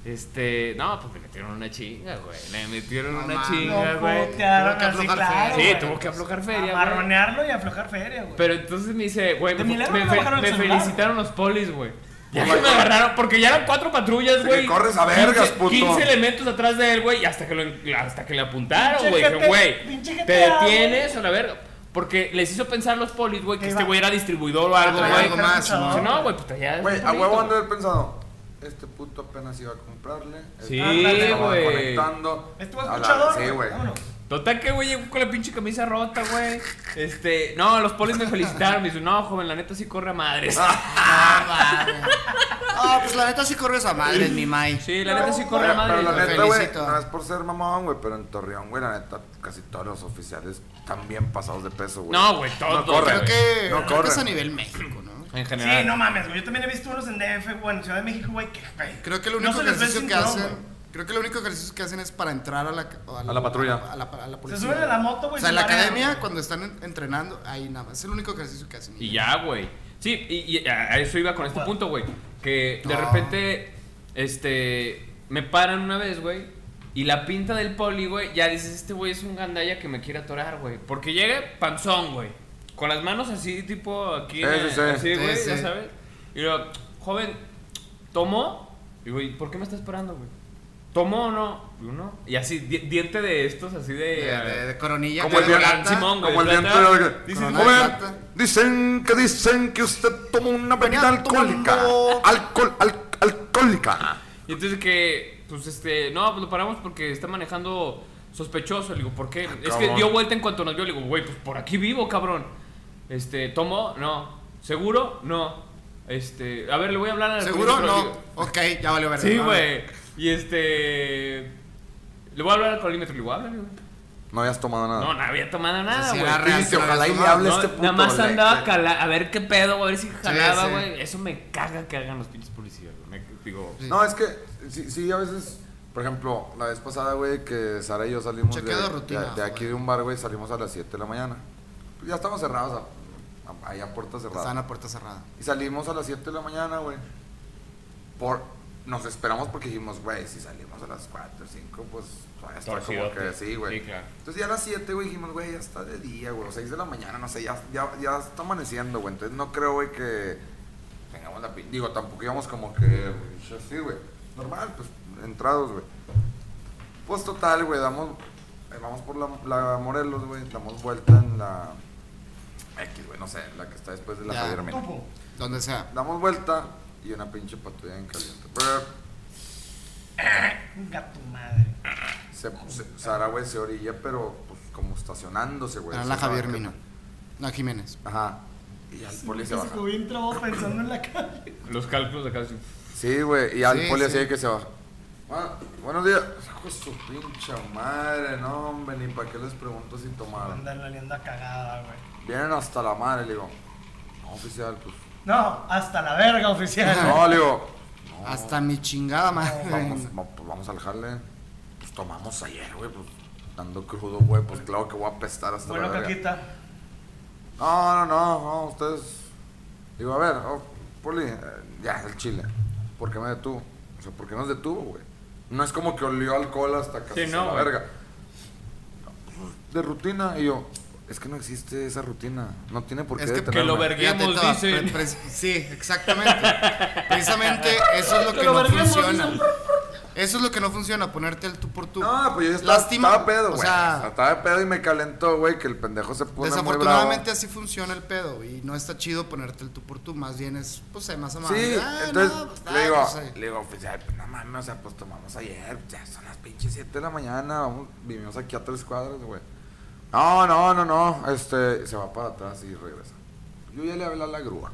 Este, no, pues me metieron una chinga, güey. Le metieron No una mames. chinga, No, güey. puta, quedaron Tuvo que así, aflojar claro, Sí, feria. güey. tuvo que aflojar feria, güey. Amarronearlo y aflojar feria, güey. Pero entonces me dice, güey, me, De milagro me no fe- bajaron el me celular. felicitaron los polis, güey. Ya Por que la me cara. agarraron, porque ya eran cuatro patrullas, que güey. corres a vergas, puto. 15 elementos atrás de él, güey, y hasta que, lo, en- hasta que le apuntaron, Pinche güey. gente- Dijeron, güey, pinche gente te da, güey. detienes o la verga. Porque les hizo pensar los polis, güey, que Ahí este va. güey era distribuidor o algo, Trae güey. algo más, Dice, ¿no? Dice, No, güey, pues traía. un Güey, a polito, huevo güey". ando haber pensado. Este puto apenas iba a comprarle. este Sí, puto estaba güey. conectando. Este güey A la- escuchador. Sí, güey. Vámonos. Total que, güey, llegó con la pinche camisa rota, güey. Este, no, los polis me felicitaron. Me dice, no, joven, la neta sí corre a madres. Ah, pues la neta sí corres a madres, mi Mai. Sí, la neta sí corre a Pero, madres. pero la güey. neta, güey, felicito. no es por ser mamón, güey, pero en Torreón, güey, la neta, casi todos los oficiales están bien pasados de peso, güey. No, güey, todos, No corren. güey. Creo que, No creo que es corren. a nivel México, ¿no? En general. Sí, no mames, güey. Yo también he visto unos en DF, güey, en Ciudad de México, güey. Que, güey, Creo que el no único se les ve el ejercicio que cinturón, hacen. güey. Creo que el único ejercicio que hacen es para entrar a la, a A la patrulla. A la, a la- a la policía. Se suben a la moto, O güey. sea, se en la paran. academia, cuando están en- entrenando, ahí nada más. Es el único ejercicio que hacen. Y ya, güey. Sí, y, y a a eso iba con este Bueno. punto, güey. Que de Ah. repente, este, me paran una vez, güey. Y la pinta del poli, güey, ya dices, este güey es un gandalla que me quiere atorar, güey. Porque llega panzón, güey. Con las manos así, tipo, aquí, Sí, sí, sí. así, Sí, güey, sí. ya sabes. Y luego, joven, ¿tomó? Y güey, ¿por qué me estás parando, güey? ¿Tomó o no? Y uno, y así, di- diente de estos, así de... De, de- de coronilla. como el de de plata. Simón, güey. Como el diente plata. de- Dices, Corona. joven, Joven, plata. dicen que dicen que usted tomó una bebida Venía alcohólica. tomando- Alcohol, al- alcohólica. Y entonces que, pues este, no, pues lo paramos porque está manejando sospechoso. Le digo, ¿por qué? es que Ah, cabrón. dio vuelta en cuanto nos vio. Le digo, güey, pues por aquí vivo, cabrón. Este, ¿tomó? No. ¿Seguro? No. Este, a ver, le voy a hablar al ¿Seguro? alcoholímetro. Le No. digo, Ok, ya vale, verga. Sí, vale. güey. Y este, le voy a hablar al colímetro. Le digo, háblale, güey. No habías tomado nada. No, no había tomado O nada, sea, sí güey. era real, Dice, sí era ojalá real. y le hable No, Ah. este puto. nada más le- andaba le- cala, a ver qué pedo, a ver si jalaba, sí. güey. Eso me caga que hagan los pinches policías, güey. Me- Digo, No, es que sí, sí, a veces, por ejemplo, la vez pasada, güey, que Sara y yo salimos de, Chequeo de rutina, de- de aquí güey. de un bar, güey, salimos a las 7 de la mañana. Pues ya estamos cerrados, a- a- ahí a puertas cerradas. Estaban a puerta cerrada. Y salimos a las 7 de la mañana, güey. Por, nos esperamos porque dijimos, güey, si salimos a las 4, 5, pues todavía está como Torcidote. que sí, güey. Sí, claro. Entonces ya a las 7, güey, dijimos, güey, ya está de día, güey, o 6 de la mañana, no sé, ya, ya, ya está amaneciendo, güey. Entonces no creo, güey, que tengamos la... pin- Digo, tampoco íbamos como que... güey, Sí, güey. Normal, pues, entrados, güey. Pues total, güey, damos... eh, Vamos por la, la Morelos, güey, damos vuelta en la... X, güey, no sé, la que está después de la Ya. Javier Mina. Tupo. Donde sea. Damos vuelta y una pinche patrulla en caliente. Brr. Venga tu madre. Se, se- Sara, güey, se orilla, pero pues como estacionándose, Pues güey. Era la Se Javier baja. Mina. No, Jiménez. Ajá. Y al poli se Se baja. quedó bien trabado pensando en la calle. los cálculos de acá, así, Sí, güey. Y al Sí, poli sí. así de que se baja. Ah, buenos días. Hijo de su pinche madre, no, hombre, ni para qué les pregunto si tomaron. Anda, le anda cagada, güey. Vienen hasta la madre, le digo. No, oficial, [LAUGHS] pues. No, hasta la verga, oficial. No, le digo. No, Hasta mi chingada madre. Vamos, va- pues vamos al jale. Pues tomamos ayer, güey, pues. Ando crudo, güey, pues claro que voy a apestar hasta Bueno, la verga. Caquita. No, no, no, no, ustedes. Digo, a ver, oh, Poli, eh, ya, el chile. ¿Por qué me detuvo? O sea, ¿por qué nos detuvo, güey? No es como que olió alcohol hasta casi Sí, se no, la güey. verga. Pues, De rutina, y yo, es que no existe esa rutina. No tiene por qué Es que- detenerme. Que lo Fíjate, verguemos, Taba, dicen. pre- pre- sí, exactamente. Precisamente eso es lo que, lo no verguemos, funciona. dicen. Eso es lo que no funciona, ponerte el tú por tú. No, pues yo estaba, Lástima, estaba pedo, o güey. sea, estaba de pedo y me calentó, güey, que el pendejo se pone muy bravo. Desafortunadamente así funciona el pedo y no está chido ponerte el tú por tú, más bien es, pues, sé, más amable. Sí, Ah, entonces no, pues, le ah, digo, pues, eh. le digo, pues ya, pues, no mames, o sea, pues tomamos ayer, ya son las pinches 7 de la mañana, vamos, vivimos aquí a tres cuadras, güey. No, no, no, no, este, se va para atrás y regresa. Yo ya le hablé a la grúa.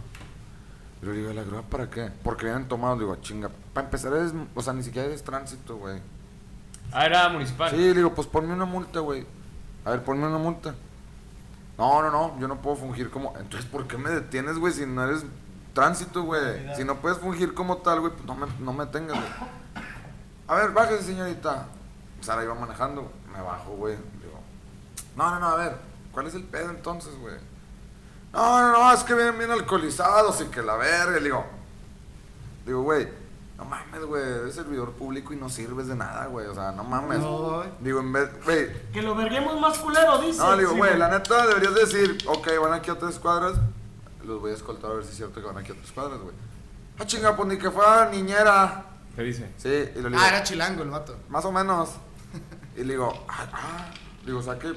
Yo le digo, ¿la grúa para qué? Porque vienen tomados, digo, chinga, para empezar eres, o sea, ni siquiera eres tránsito, güey. Ah, era municipal. Sí, le digo, pues ponme una multa, güey. A ver, ponme una multa. No, no, no, yo no puedo fungir como. Entonces, ¿por qué me detienes, güey, si no eres tránsito, güey? Si no puedes fungir como tal, güey, pues no me, no me tengas, güey. A ver, bájese, señorita. Sara iba manejando, me bajo, güey. Digo, no, no, no, a ver, ¿cuál es el pedo entonces, güey? No, no, no, es que vienen bien alcoholizados y que la verga. Le digo, digo, güey, no mames, güey, eres servidor público y no sirves de nada, güey, o sea, no mames. No. Digo, en vez, güey, Que lo verguemos más culero, dice. no, le digo, Sí, güey, la neta deberías decir, ok, van aquí a tres cuadras, los voy a escoltar a ver si es cierto que van aquí a tres cuadras, güey. Ah, chinga, pues ni que fuera niñera. ¿Qué dice? Sí, y lo digo, Ah, era chilango el vato. más o menos. Y le digo, ah, ah, digo, o sea que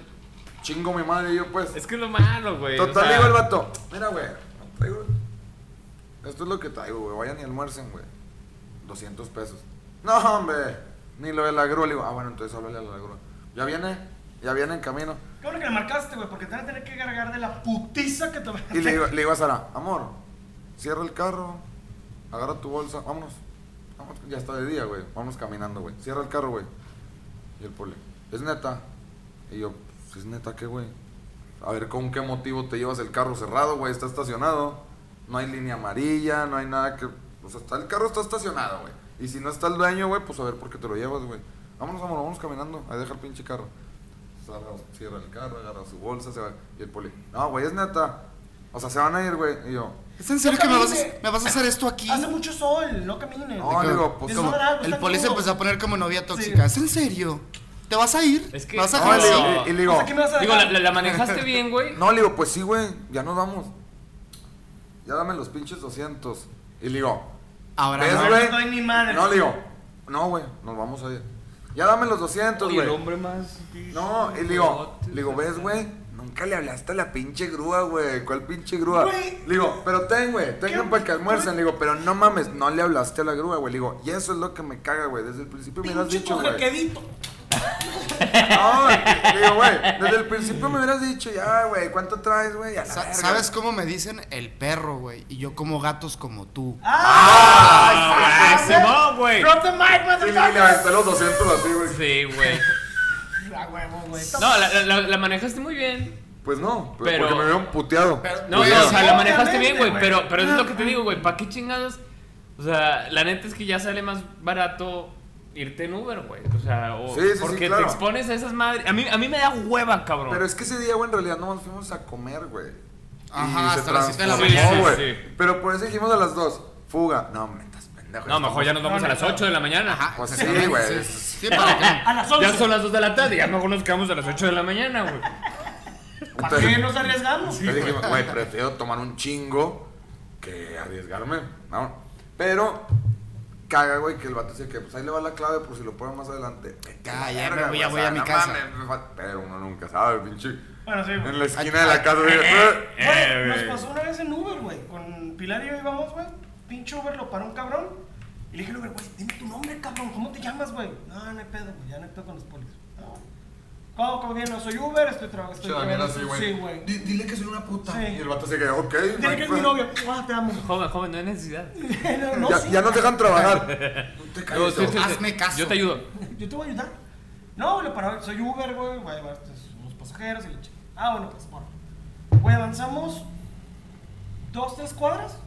chingo mi madre y yo, pues. Es que es lo malo, güey. o Total, sea, digo el vato, mira, güey, no traigo- Esto es lo que traigo, güey, vayan y almuercen, güey. 200 pesos. No, hombre, ni lo de la grúa, le digo, ah, bueno, entonces háblale a la grúa. Ya viene, ya viene en camino. Qué bueno que le marcaste, güey, porque te van a tener que cargar de la putiza que te van a Y le digo, le digo a Sara, amor, cierra el carro, agarra tu bolsa, vámonos. Vámonos, ya está de día, güey. Vámonos caminando, güey. Cierra el carro, güey. Y el poli, es neta. Y yo, "Pues, es neta, ¿qué, güey? A ver, ¿con qué motivo te llevas el carro cerrado, güey? Está estacionado. No hay línea amarilla, no hay nada que... O sea, está- el carro está estacionado, güey. Y si no está el dueño, güey, pues a ver por qué te lo llevas, güey. Vámonos, vámonos, vamos caminando. Ahí deja el pinche carro. Sara cierra el carro, agarra su bolsa, se va. Y el poli, no, güey, es neta. O sea, se van a ir, güey. Y yo, ¿Es en serio que me vas, a, me vas a hacer esto aquí? Hace mucho sol, no camines. No, digo, pues, Es como- verdad, el está policía crudo. empezó a poner como novia tóxica. ¿Es en serio? ¿Te vas a ir? Es que- ¿Vas a no, le sí. digo, Jalisco? y- y le O digo, sea, ¿qué me vas a Digo, la, dejar? la- la manejaste bien, güey. no, le digo, pues sí, güey, ya nos vamos. Ya dame los pinches 200. Y le digo, Ahora ¿ves, no. no güey? estoy ni madre. No, le digo, no, güey, nos vamos a ir. Ya dame los 200, Y el güey. hombre más. No, y le digo, le digo, ¿ves, güey? Nunca le hablaste a la pinche grúa, güey. ¿Cuál pinche grúa? Güey. Le digo, pero ten, güey, tengan para que almuercen. Le digo, pero no mames, no le hablaste a la grúa, güey. Le digo, y eso es lo que me caga, güey. Desde el principio me lo has Pinche dicho, güey. cojequedito. [LAUGHS] No, le digo, güey, desde el principio me hubieras dicho, ya, güey, ¿cuánto traes, güey? A la Sa- verga. ¿Sabes cómo me dicen? El perro, güey. Y yo como gatos como tú. ¡Ah! ¡Ah, Simón, güey! ¡Drop the mic, Y le y le motherfucker! aventé los 200 así, güey. Sí, güey. Ah, huevo, güey. No, la, la- la- la manejaste muy bien. Pues no, pues, Pero- porque me vieron puteado. No, Pues, no, ya. o sea, la manejaste bien, güey. Obviamente, Pero, pero eso es lo que te digo, güey. ¿Para qué chingados? O sea, la neta es que ya sale más barato irte en Uber, güey. O sea, o Sí, sí, sí, porque claro. te expones a esas madres. A mí, a mí me da hueva, cabrón. Pero es que ese día, güey, en realidad no nos fuimos a comer, güey. Ajá, Y se hasta las siete de la transformó, mañana. güey. Sí, sí. Pero por eso dijimos a las dos, fuga. No, me estás pendejo. no, mejor ya nos vamos No, a las no, 8 de la mañana. Ajá, Pues sí, exactamente, güey. Ah, sí. Sí, [LAUGHS] para [LAUGHS] que- A las 11. Ya son las 2 de la tarde, ya mejor nos quedamos a las 8 de la mañana, güey. ¿Para qué nos arriesgamos? Entonces dijimos, güey, prefiero tomar un chingo que arriesgarme. No. Pero caga, güey, que el vato dice que pues ahí le va la clave por si lo ponen más adelante. Vete a la Ah, ya me verga, voy, güey, ya o voy sea, a mi no casa. mames, me fal- Pero uno nunca sabe, pinche. Bueno, sí, güey. En la esquina de la casa. güey, eh. Güey, nos pasó una vez en Uber, güey. Con Pilar y yo íbamos, güey. Pinche Uber lo paró un cabrón. Y le dije al Uber, güey, dime tu nombre, cabrón. ¿Cómo te llamas, güey? No, no hay pedo, güey. Ya no hay pedo con los polis. No. Pau, como bien, no soy Uber, estoy trabajando. Che, Daniela, sí, güey. Sí, güey. Di- Dile que soy una puta. Sí. Y el vato se queda, ok. no Dile hay que es mi problema". novia. ¡Guau, te amo! [LAUGHS] Joven, joven, no hay necesidad. No, no, ya, sí. ya no te [LAUGHS] dejan trabajar. Te Yo, calles, sí, sí, sí. hazme caso. Yo te ayudo. Yo te voy a ayudar. No, güey, para, soy Uber, güey, voy a llevar estos- unos pasajeros y la chi- Ah, bueno, pues, bueno. Güey, avanzamos dos, tres cuadras. [CLEARS THROAT]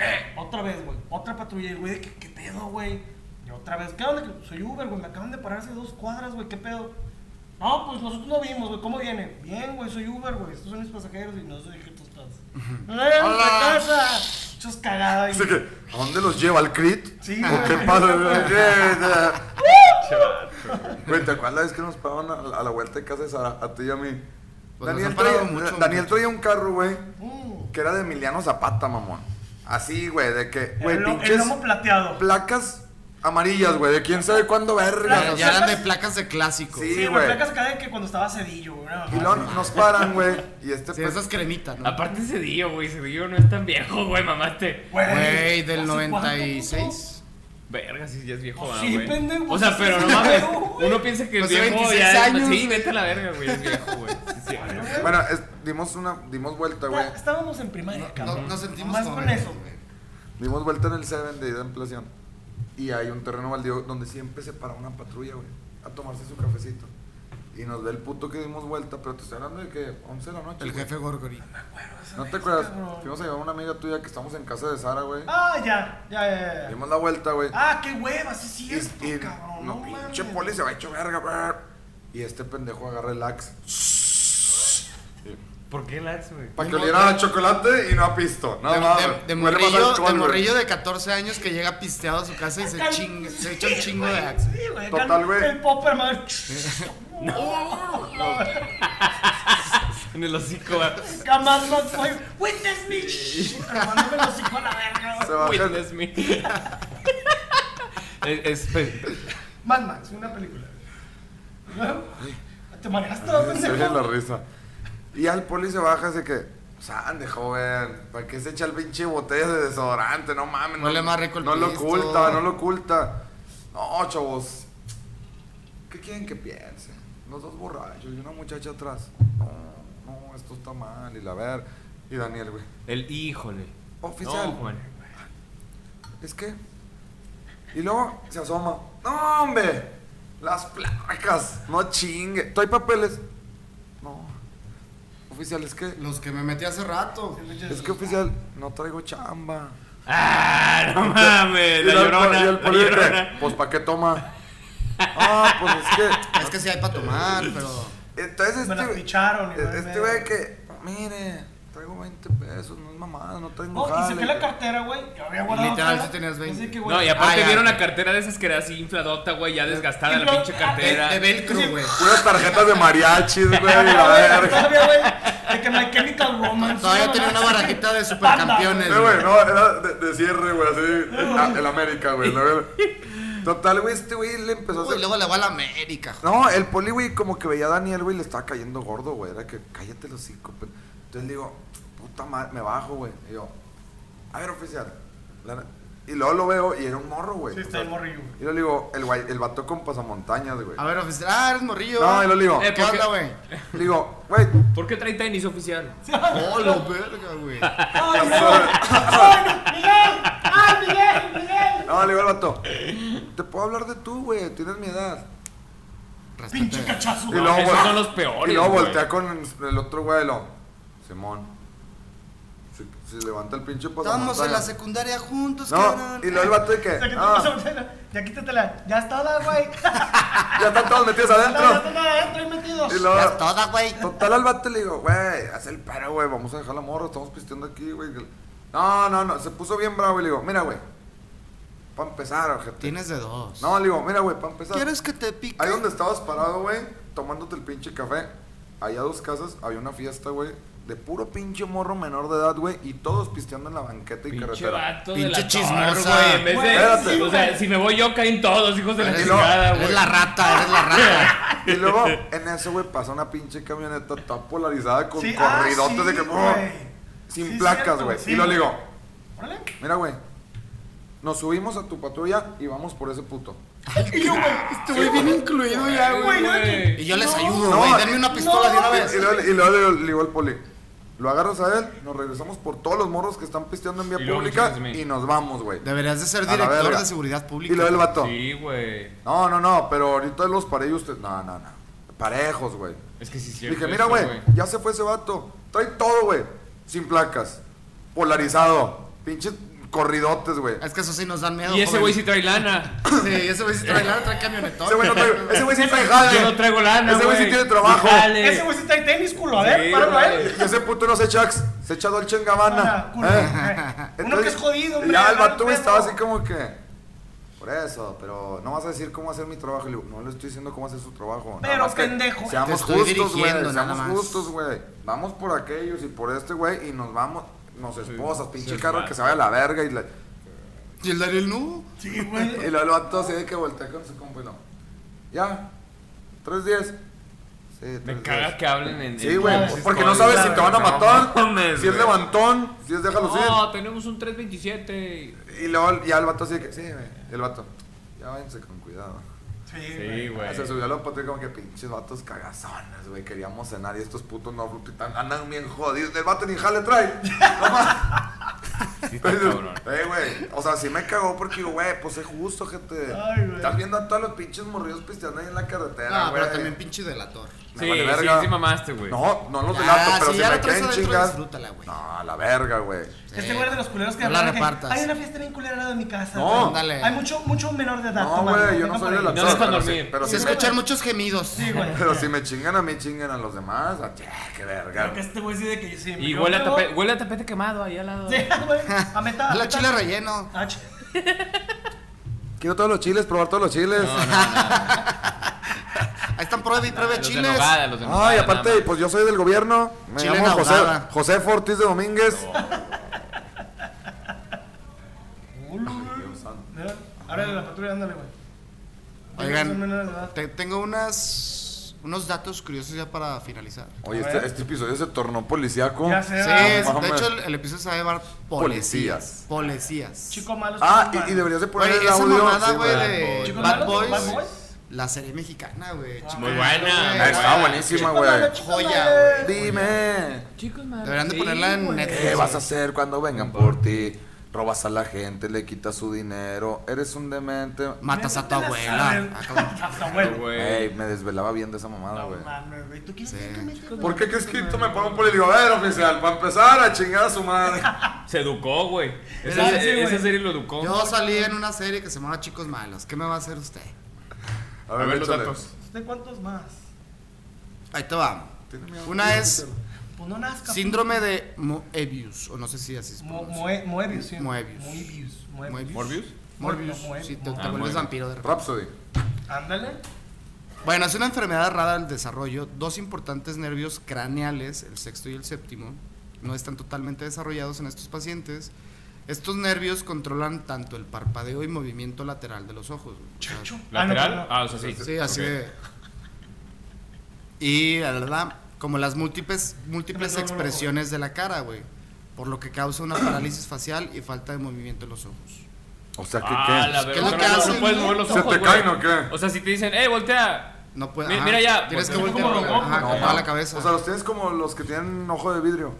Eh, otra vez, güey. Otra patrulla. Y, güey, de que, ¿qué, pedo, güey? Y otra vez, ¿qué onda? Que Soy Uber, güey, me acaban de parar hace dos cuadras, güey, ¿qué pedo? No, pues nosotros no vimos, güey, ¿cómo vienen? Bien, güey, soy Uber, güey, estos son mis pasajeros y no soy que tú estás. ¡No eran de Hola. casa! Chos cagada, güey. Así que, ¿a dónde los lleva? ¿Al crit? Sí, ¿O qué güey. [LAUGHS] pasa? güey? Güey, ¿te acuerdas la vez que nos pagaron a, a la vuelta de casa de Sara? A ti y a mí. Pues nos Daniel, han pagado traía- mucho, Daniel mucho. traía un carro, güey, Mm. que era de Emiliano Zapata, mamón. Así, güey, de que, El güey, lo- el, pinches lomo plateado. placas amarillas, güey, de quién sabe cuándo verga. Ya, o ya sea, eran de placas de clásico. Sí. Sí, güey. güey. Placas acá de que cuando estaba cedillo, güey. una Y mamá luego así. nos paran, güey, y este Sí, pues, esas cremitas, ¿no? Aparte ese día, güey, ese día no es tan viejo, güey, mamaste. Güey, del ¿hace cuánto, 96. Verga, si ya es viejo, Pues ah, sí, güey. pendejo, O sea, sí, pero sí, no mames, pero, güey. uno piensa que es Pues hace viejo 26 ya. años. Sí, vete a la verga, güey, es viejo, güey. Sí, sí, güey. bueno, es- dimos una, dimos vuelta, puto? güey. Está- Estábamos en primaria, No, cabrón. nos sentimos Más con jóvenes, eso. güey. Dimos vuelta en el 7 de ida en Plación. Y hay un terreno baldío donde siempre se para una patrulla, güey, a tomarse su cafecito. Y nos ve el puto que dimos vuelta, pero te estoy hablando de que 11 de la noche. El güey. jefe Gorgori. ¿No te acuerdas? cabrón. Fuimos a llevar a una amiga tuya que estamos en casa de Sara, güey. Ah, ya, ya, ya, ya. Dimos la vuelta, güey. Ah, qué hueva, sí es y, y cierto, cabrón. no, No, pinche mames. poli se va hecho verga, brr. Y este pendejo agarra el axe. ¿Por qué el axe, güey? Para que Un oliera bote. a chocolate y no a pisto. No, de, de- mames. de Huele más morrillo, alcohol, de güey. morrillo de 14 años que llega pisteado a su casa y se, Cal- chinga- se sí, echa un chingo de güey, axe. Sí, güey. Total, cal- güey. El popper, [LAUGHS] madre. No. En el hocico, güey. Jamás más güey. Witness me. shh, Armándome los hijos a la verga. Se güey. baja el- Witness [LAUGHS] me. Es, es- Mad Max, una película. Luego, Te manejaste Sí, todo Se oye pendejo. la risa. Y al poli se baja, así que. Sande, joven. ¿Para qué se echa el pinche botella de desodorante? No mames. Huele más rico el No lo pisto. oculta, no lo oculta. No, chavos. ¿Qué quieren que piense? Los dos borrachos y una muchacha atrás. No, no, esto está mal. Y la ver. Y Daniel, güey. el híjole. Oficial. No, güey. Es que. Y luego se asoma. ¡No, hombre! Las placas. No chingue. ¿Tú hay papeles? No. Oficial, es que. Los que me metí hace rato. Es que oficial, no traigo chamba. Ah, no mames. La Y el- llorona. y el La poli de que, llorona. Pues para qué toma. Ah, pues es que. Es que sí hay para tomar, pero. Entonces Me este. la picharon. y eh, vale Este verga. güey que. Mire, traigo 20 pesos, no es mamada, no tengo. No, Oh, y jale". saqué la cartera, güey. Yo había guardado. Literal, todo. sí tenías 20. Así que, güey, No, y aparte Ah, ya. vieron la cartera de esas que era así infladota, güey, ya desgastada Y la luego- pinche De, cartera. de velcro, güey. Puras tarjetas de mariachis, güey, [LAUGHS] y Ah, la güey, verga. Todavía, güey. De que My Chemical Romance. Todavía ¿no? tenía una barajita de Sí, supercampeones. güey, no, era de, de cierre, güey, así. El, a- el América, güey. la verdad. Total, güey, este güey le empezó a Uy, hacer. luego le va a la América, joder. No, el poli, güey, como que veía a Daniel, güey, le estaba cayendo gordo, güey. Era que, cállate los cinco. pe-". Entonces le digo, puta madre, me bajo, güey. Y yo, a ver, oficial. la na-". Y luego lo veo y era un morro, güey. Sí, o está sea, el morrillo, [LAUGHS] güey. Y luego le digo, el, guay, el vato con pasamontañas, güey. A ver, oficial. Ah, eres morrillo. No, y luego le digo, Eh, ¿Qué porque- onda, güey? le digo, güey, ¿Por qué trae tenis oficial? Oh, la verga, güey. ¡Ay, no! ¡Ay, no! ¡Miguel! ¡Ay, Miguel! ¡Miguel! no, ah, le digo al vato, te puedo hablar de tú, güey, tienes mi edad. ¡Pinche Respeta. cachazo! Y No, luego esos vol- son los peores, Y luego güey. voltea con el otro güey y lo. Simón. Se, se levanta el pinche pasamontañas. Estábamos en la secundaria juntos, No, cabrón. y luego el vato de que. O sea, que tú "Ah, pasas- Ya quítatela. Ya está la, [LAUGHS] güey. ya están todos metidos Ya está adentro. la adentro y metidos. Y Ya es luego. toda, güey. Total al vato le digo, güey, haz el paro, güey, vamos a dejar la morra, estamos pisteando aquí, güey. No, no, no, se puso bien bravo y le digo, mira, güey, para empezar, ojete. Tienes de dos. No, le digo, mira, güey, para empezar. ¿Quieres que te pique? Ahí donde estabas parado, güey, tomándote el pinche café, allá a dos casas había una fiesta, güey, de puro pinche morro menor de edad, güey, y todos pisteando en la banqueta y Pinche carretera. vato de Pinche la chismosa. torre, güey. En vez de, Espérate. o sea, si me voy yo caen todos, hijos de la Eres- chingada, Eres güey. la rata, eres la rata. Y [LAUGHS] luego, en eso, güey, pasa una pinche camioneta toda polarizada con Sí, ah, corridotes sí, de que. oh, güey. Sin Sí, placas, cierto, güey. sí, y luego le digo, güey. Órale. mira, güey, nos subimos a tu patrulla y vamos por ese puto. Y yo, güey. Estuve bien incluido ya, Güey, yo de que- Y yo les no, ayudo, dudo, No, güey. no, Denme una pistola de una no, Y vez. luego le- y luego le- le digo al poli. Lo agarras a él, nos regresamos por todos los morros que están pisteando en vía Y luego me pública chingas a mí. y nos vamos, güey. Deberías de ser A la director verga. de seguridad pública. Y luego el vato. Sí, güey. No, no, no, pero ahorita los paré y usted. No, no, no. Parejos, güey. Es que sí, es cierto. Dije, mira, eso, güey, ya se fue ese vato. Trae todo, güey. Sin placas. Polarizado. Pinches corridotes, güey. Es que eso sí nos dan miedo. Y ese güey sí joven. trae lana. Sí, ese güey sí trae lana, trae camionetón. Ese güey no trae. Ese güey sí [LAUGHS] trae Yo no jale. traigo lana. Ese güey sí tiene trabajo. Jale. Ese güey sí trae tenis, culo. A ver, Sí, páralo a güey. él. Y ese puto no se echa ax- se echa Dolce en Ah, Gabbana. culo. ¿eh? Eh, Uno que es jodido, hombre. Ya el agarra vato pedo. güey, estaba así como que. Por eso, pero no vas a decir cómo hacer mi trabajo. Le digo, no le estoy diciendo cómo hacer su trabajo. nada Pero, más que pendejo. Seamos Te estoy justos, güey. dirigiendo, nada Seamos más. justos, güey. Vamos por aquellos y por este, güey. Y nos vamos. Nos esposas, pinche Sí, carro va. que se vaya a la verga. Y, la, Y el Daniel no. Sí, y güey. luego el vato así de que voltea con su compa y no. Ya. 3.10. Sí, Me 3.10. caga que hablen en. Sí, en güey. todas esas Porque no historias, sabes si te van a no matar. mames, si es güey. levantón. Si es déjalo ir. No, tenemos un 327. Y luego ya el vato así de que, sí, güey. Y el vato, ya váyanse con cuidado. Sí, güey. Sí, güey. Se subió al patrón como que pinches vatos cagazones, güey. Queríamos cenar y estos putos no tan- andan bien jodidos. El vato ni jale trae. No más. Sí, está cabrón. [LAUGHS] Eh, güey. O sea, sí me cagó porque digo, güey, pues es justo, gente. Ay, güey. Estás viendo a todos los pinches morridos pisteando ahí en la carretera, Ah, güey. pero también pinche delator. Me Sí, vale sí, verga. sí mamaste, güey. No, no los Ya, delato, pero si si Ah, ya me la traes caen adentro, chingas. disfrútala, güey. No, a la verga, güey. Este güey era de los culeros que No la hablaban que, repartas. Hay una fiesta bien culera al lado de mi casa. No. güey. Ándale. Hay mucho, mucho menor de edad. No, tomando, güey, yo vengan no por soy de ahí. la No dejan pero sí- dormir. Pero sí Se me escuchan muchos gemidos. Sí, güey. Pero si me chingan a mí, chingan a los demás. Ah, che, qué verga. Creo que este güey sí de que sí. Y yo huele a, me voy. tapete, huele a tapete quemado ahí al lado. [LAUGHS] Sí, güey. A meta. A a la meta. chile relleno. Ah, ch- Quiero todos los chiles, probar todos los chiles. Ahí están prueba y prueba Los de chiles. nogada, los de nogada, Ay, nada aparte, más. pues yo soy del gobierno. Me Chile llamo en José, ahogada. José Fortis de Domínguez. Culo, güey. Mira, Ahora la patrulla, ándale, güey. Oigan, Son menores de edad. Te- tengo unas unos datos curiosos ya para finalizar. Oye, A este, ver. este episodio se tornó policiaco. Ya sé, Sí, ¿verdad? es- de mames. hecho el, el episodio se va a llamar Policías. Policías. Chico malo. Ah, chico y, y malo. deberías de poner Oye, el esa audio. mamada, Sí, güey, güey. de Chico Bad malo, Boys, Bad Boys. La serie mexicana, güey. Ah, Chico Muy malo, buena. güey. Ah, Está Chico buenísima, malo, güey. chico Joya, malo. güey. Dime, Chicos, madre. Deberían de Sí, ponerla en güey. Netflix. ¿qué vas a hacer cuando vengan por ti? Robas a la gente, le quitas su dinero, eres un demente. Matas a tu Métetela, abuela. saben. Ah, cabrón. A tu Güey. abuelo. Ey, me desvelaba bien de esa mamada, No güey. mames, güey. ¿Tú quieres Sí. que me ¿Por qué crees que tú me pongo un poligover oficial? Para empezar a chingar a [LAUGHS] su madre. Se educó, güey. Mira, Esa, sí, esa güey. serie lo educó. Yo salí en una serie que se llamaba Chicos Malos. ¿Qué me va a hacer usted? A a ver, ver los échale. datos. ¿Usted cuántos más? Ahí te va. Tiene miedo. Una es Pues no nazca. síndrome de Moebius, o no sé si así se Mo- pronuncia. Moe- Moebius, sí. Moebius. Moebius. Moebius. Moebius. ¿Morbius? Morbius, Moe- sí, te- te, Moe- Ah, vuelves Moebius. vampiro de repente. Rhapsody. Ándale. Bueno, es una enfermedad rara del desarrollo. Dos importantes nervios craneales, el sexto y el séptimo, no están totalmente desarrollados en estos pacientes. Estos nervios controlan tanto el parpadeo y movimiento lateral de los ojos. güey. O sea, Chacho. Ah, no, ¿Lateral? no, no. Ah, o sea, sí. Sí, así Ok. de. Y la verdad, como las múltiples, múltiples No, no, no, no. expresiones de la cara, güey. Por lo que causa una parálisis facial y falta de movimiento en los ojos. O sea, ¿qué, Ah, qué? la verdad. ¿Qué es lo no, que no, hacen, no puedes mover los ¿Se ojos. te güey. caen o qué? O sea, si te dicen, eh, voltea. No puede. Mi- ajá, mira ya, Tienes que voltea voltear como güey, loco, ajá, como con toda la no. cabeza. O sea, los tienes como los que tienen ojo de vidrio.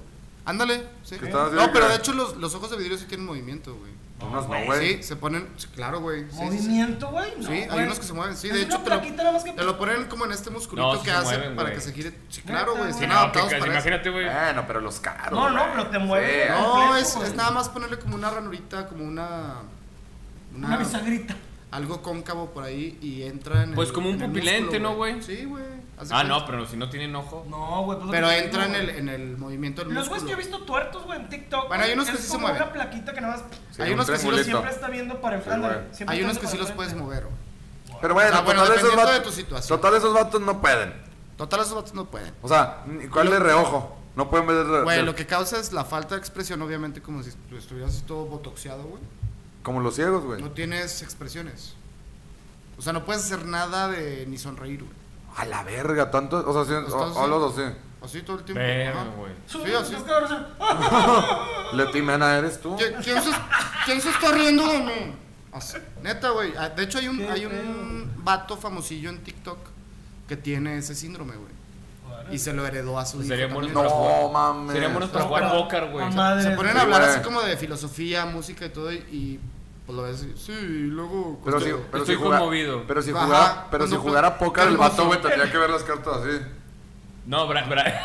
Ándale, sí. Que estás así de No, pero que- de hecho los, los ojos de vidrio sí tienen movimiento, güey. Unos no, güey. güey. Sí, se ponen. sí, Claro, güey. Sí, sí, sí. Movimiento, güey. no, Sí, hay güey. unos que se mueven. Sí, Es de una hecho te lo, plaquita nada más que- te lo ponen como en este musculito No, sí que se hace mueven, para güey. que se gire. Sí, claro, Neta, güey. güey. Están No, que adaptados ca- para eso. imagínate, güey. Bueno, pero los caros. No, no, güey. pero te mueves. Sí. No, Completo, es, güey. es nada más ponerle como una ranurita, como una. Una bisagrita. algo cóncavo por ahí y entra en. Pues el- como un en el pupilente, ¿no, güey? Sí, güey. Haz de Ah, cuenta. no, pero si no tienen ojo. No, güey. pues, Pero lo que te entra en digo, el, güey. en el movimiento del Los güeyes que he músculo. visto tuertos, güey, en TikTok. Bueno, hay güey, unos que es sí se como mueven. una plaquita que nada más. Sí, hay un unos que sí los triangulito. Siempre está viendo para Sí, enfrente. güey. siempre Hay está unos que sí viendo los para puedes enfrente. mover. güey. Pero bueno, O sea, bueno, total, esos dependiendo vatos- de tu situación. Total, esos vatos no pueden. Total, esos vatos no pueden. O sea, ni- ¿cuál es reojo? No pueden ver el re- Güey, el- lo que causa es la falta de expresión, obviamente, como si tú estuvieras todo botoxeado, güey. Como los ciegos, güey. No tienes expresiones. O sea, no puedes hacer nada de ni sonreír, güey. A la verga, tanto. O sea, sí, Pues o, todos o sí. los dos, sí. Así todo el tiempo. Verga, ajá. güey. Sí, así. Es que ahora se- ¡Ah! Leti Mena, ¿eres tú? ¿Qui- ¿Quién se, quién se está riendo de mí? Así. Neta, güey. Ah, De hecho, hay un, Qué hay pedo, un vato famosillo en TikTok que tiene ese síndrome, güey. Y se lo heredó a su hijo. Serían buenos también. para No, jugar. mames. Serían buenos para No, jugar pero- póker, güey. Ah, madre. Se ponen Sí, a hablar güey. así como de filosofía, música y todo, y, y, pues lo ves, sí, y luego. Pero si, cuando- pero Estoy si jugara- conmovido. Pero si Ajá, jugara, pero si cuando- jugara póker, el Calmoso. vato, güey, tendría que ver las cartas así. No, bra, bra.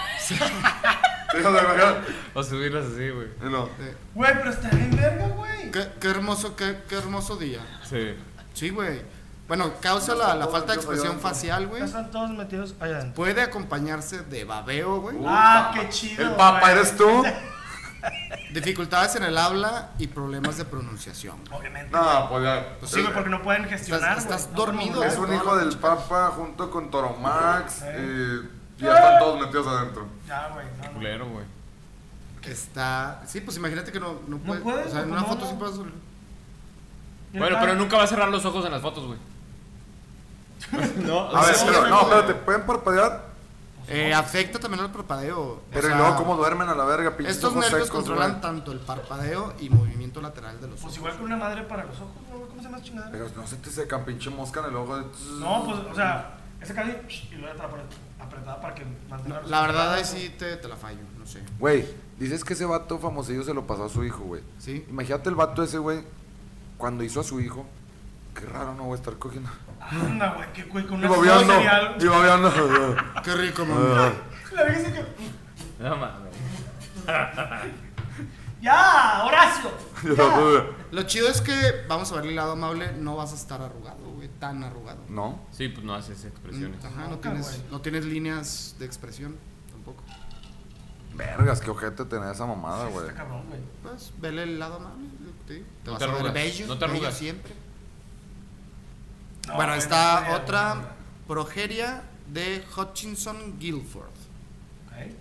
Sí, o sea, imagínate. O subirlas así, güey. Y no. eh, Güey, pero está bien verga, güey. qué, qué hermoso, qué, qué hermoso día. Sí. Sí, güey. Bueno, causa la, la falta de expresión facial, güey. Ya Están todos metidos allá adentro. Puede acompañarse de babeo, güey. Ah, qué chido. El papa güey. eres tú. Dificultades en el habla y problemas de pronunciación. Obviamente. No, pues ya. Pues Sí, güey, porque no pueden gestionar. Estás- güey. estás No pueden dormido, hablar. Es un hijo del papa junto con Toromax y ya Eh. están todos metidos adentro. Ya, güey. no, no. Culero, güey. Está. Sí, pues imagínate que no, no puedes. puedes, o sea, en no, una no, foto no. sí puedes. Bueno, pero nunca va a cerrar los ojos en las fotos, güey. [LAUGHS] no, A ver, sí, pero sí, no, sí. espérate, pueden parpadear, Eh, afecta también al parpadeo. O pero y sea, luego cómo duermen a la verga, pinches Estos ojos nervios secos, controlan güey. tanto el parpadeo y movimiento lateral de los ojos. Pues igual que una madre para los ojos, ¿no? güey? ¿Cómo se llama esa chingadera? Pero no se te secan, pinche mosca en el ojo. de- No, pues, o sea, esa casi y luego otra apre- apretada para que mantenga No, los la ojos verdad ahí cerrados. sí te, te la fallo, no sé. Güey, dices que ese vato famosillo se lo pasó a su hijo, güey. Sí. Imagínate el vato ese, güey, cuando hizo a su hijo. Qué raro, no voy a estar cogiendo. Anda, güey, qué güey, con Y una cena de babeando, cereal. y babeando. [LAUGHS] Qué Ah. rico, mamá. La vieja dice que. No mames. ¡Ya! [LAUGHS] ¡Horacio! Lo chido es que, vamos a ver el lado amable, no vas a estar arrugado, güey, tan arrugado. No, Sí, pues no haces expresiones. Ajá, no Nunca, tienes, güey. no tienes líneas de expresión tampoco. vergas, qué ojete tener esa mamada, güey. Está cabrón, güey. Pues vele el lado amable, lo que te digo. Te No vas te a ver arrugas, bello, no te bello arrugas. siempre. No, bueno, güey, está no sé, otra güey. progeria de Hutchinson Guilford. Ok.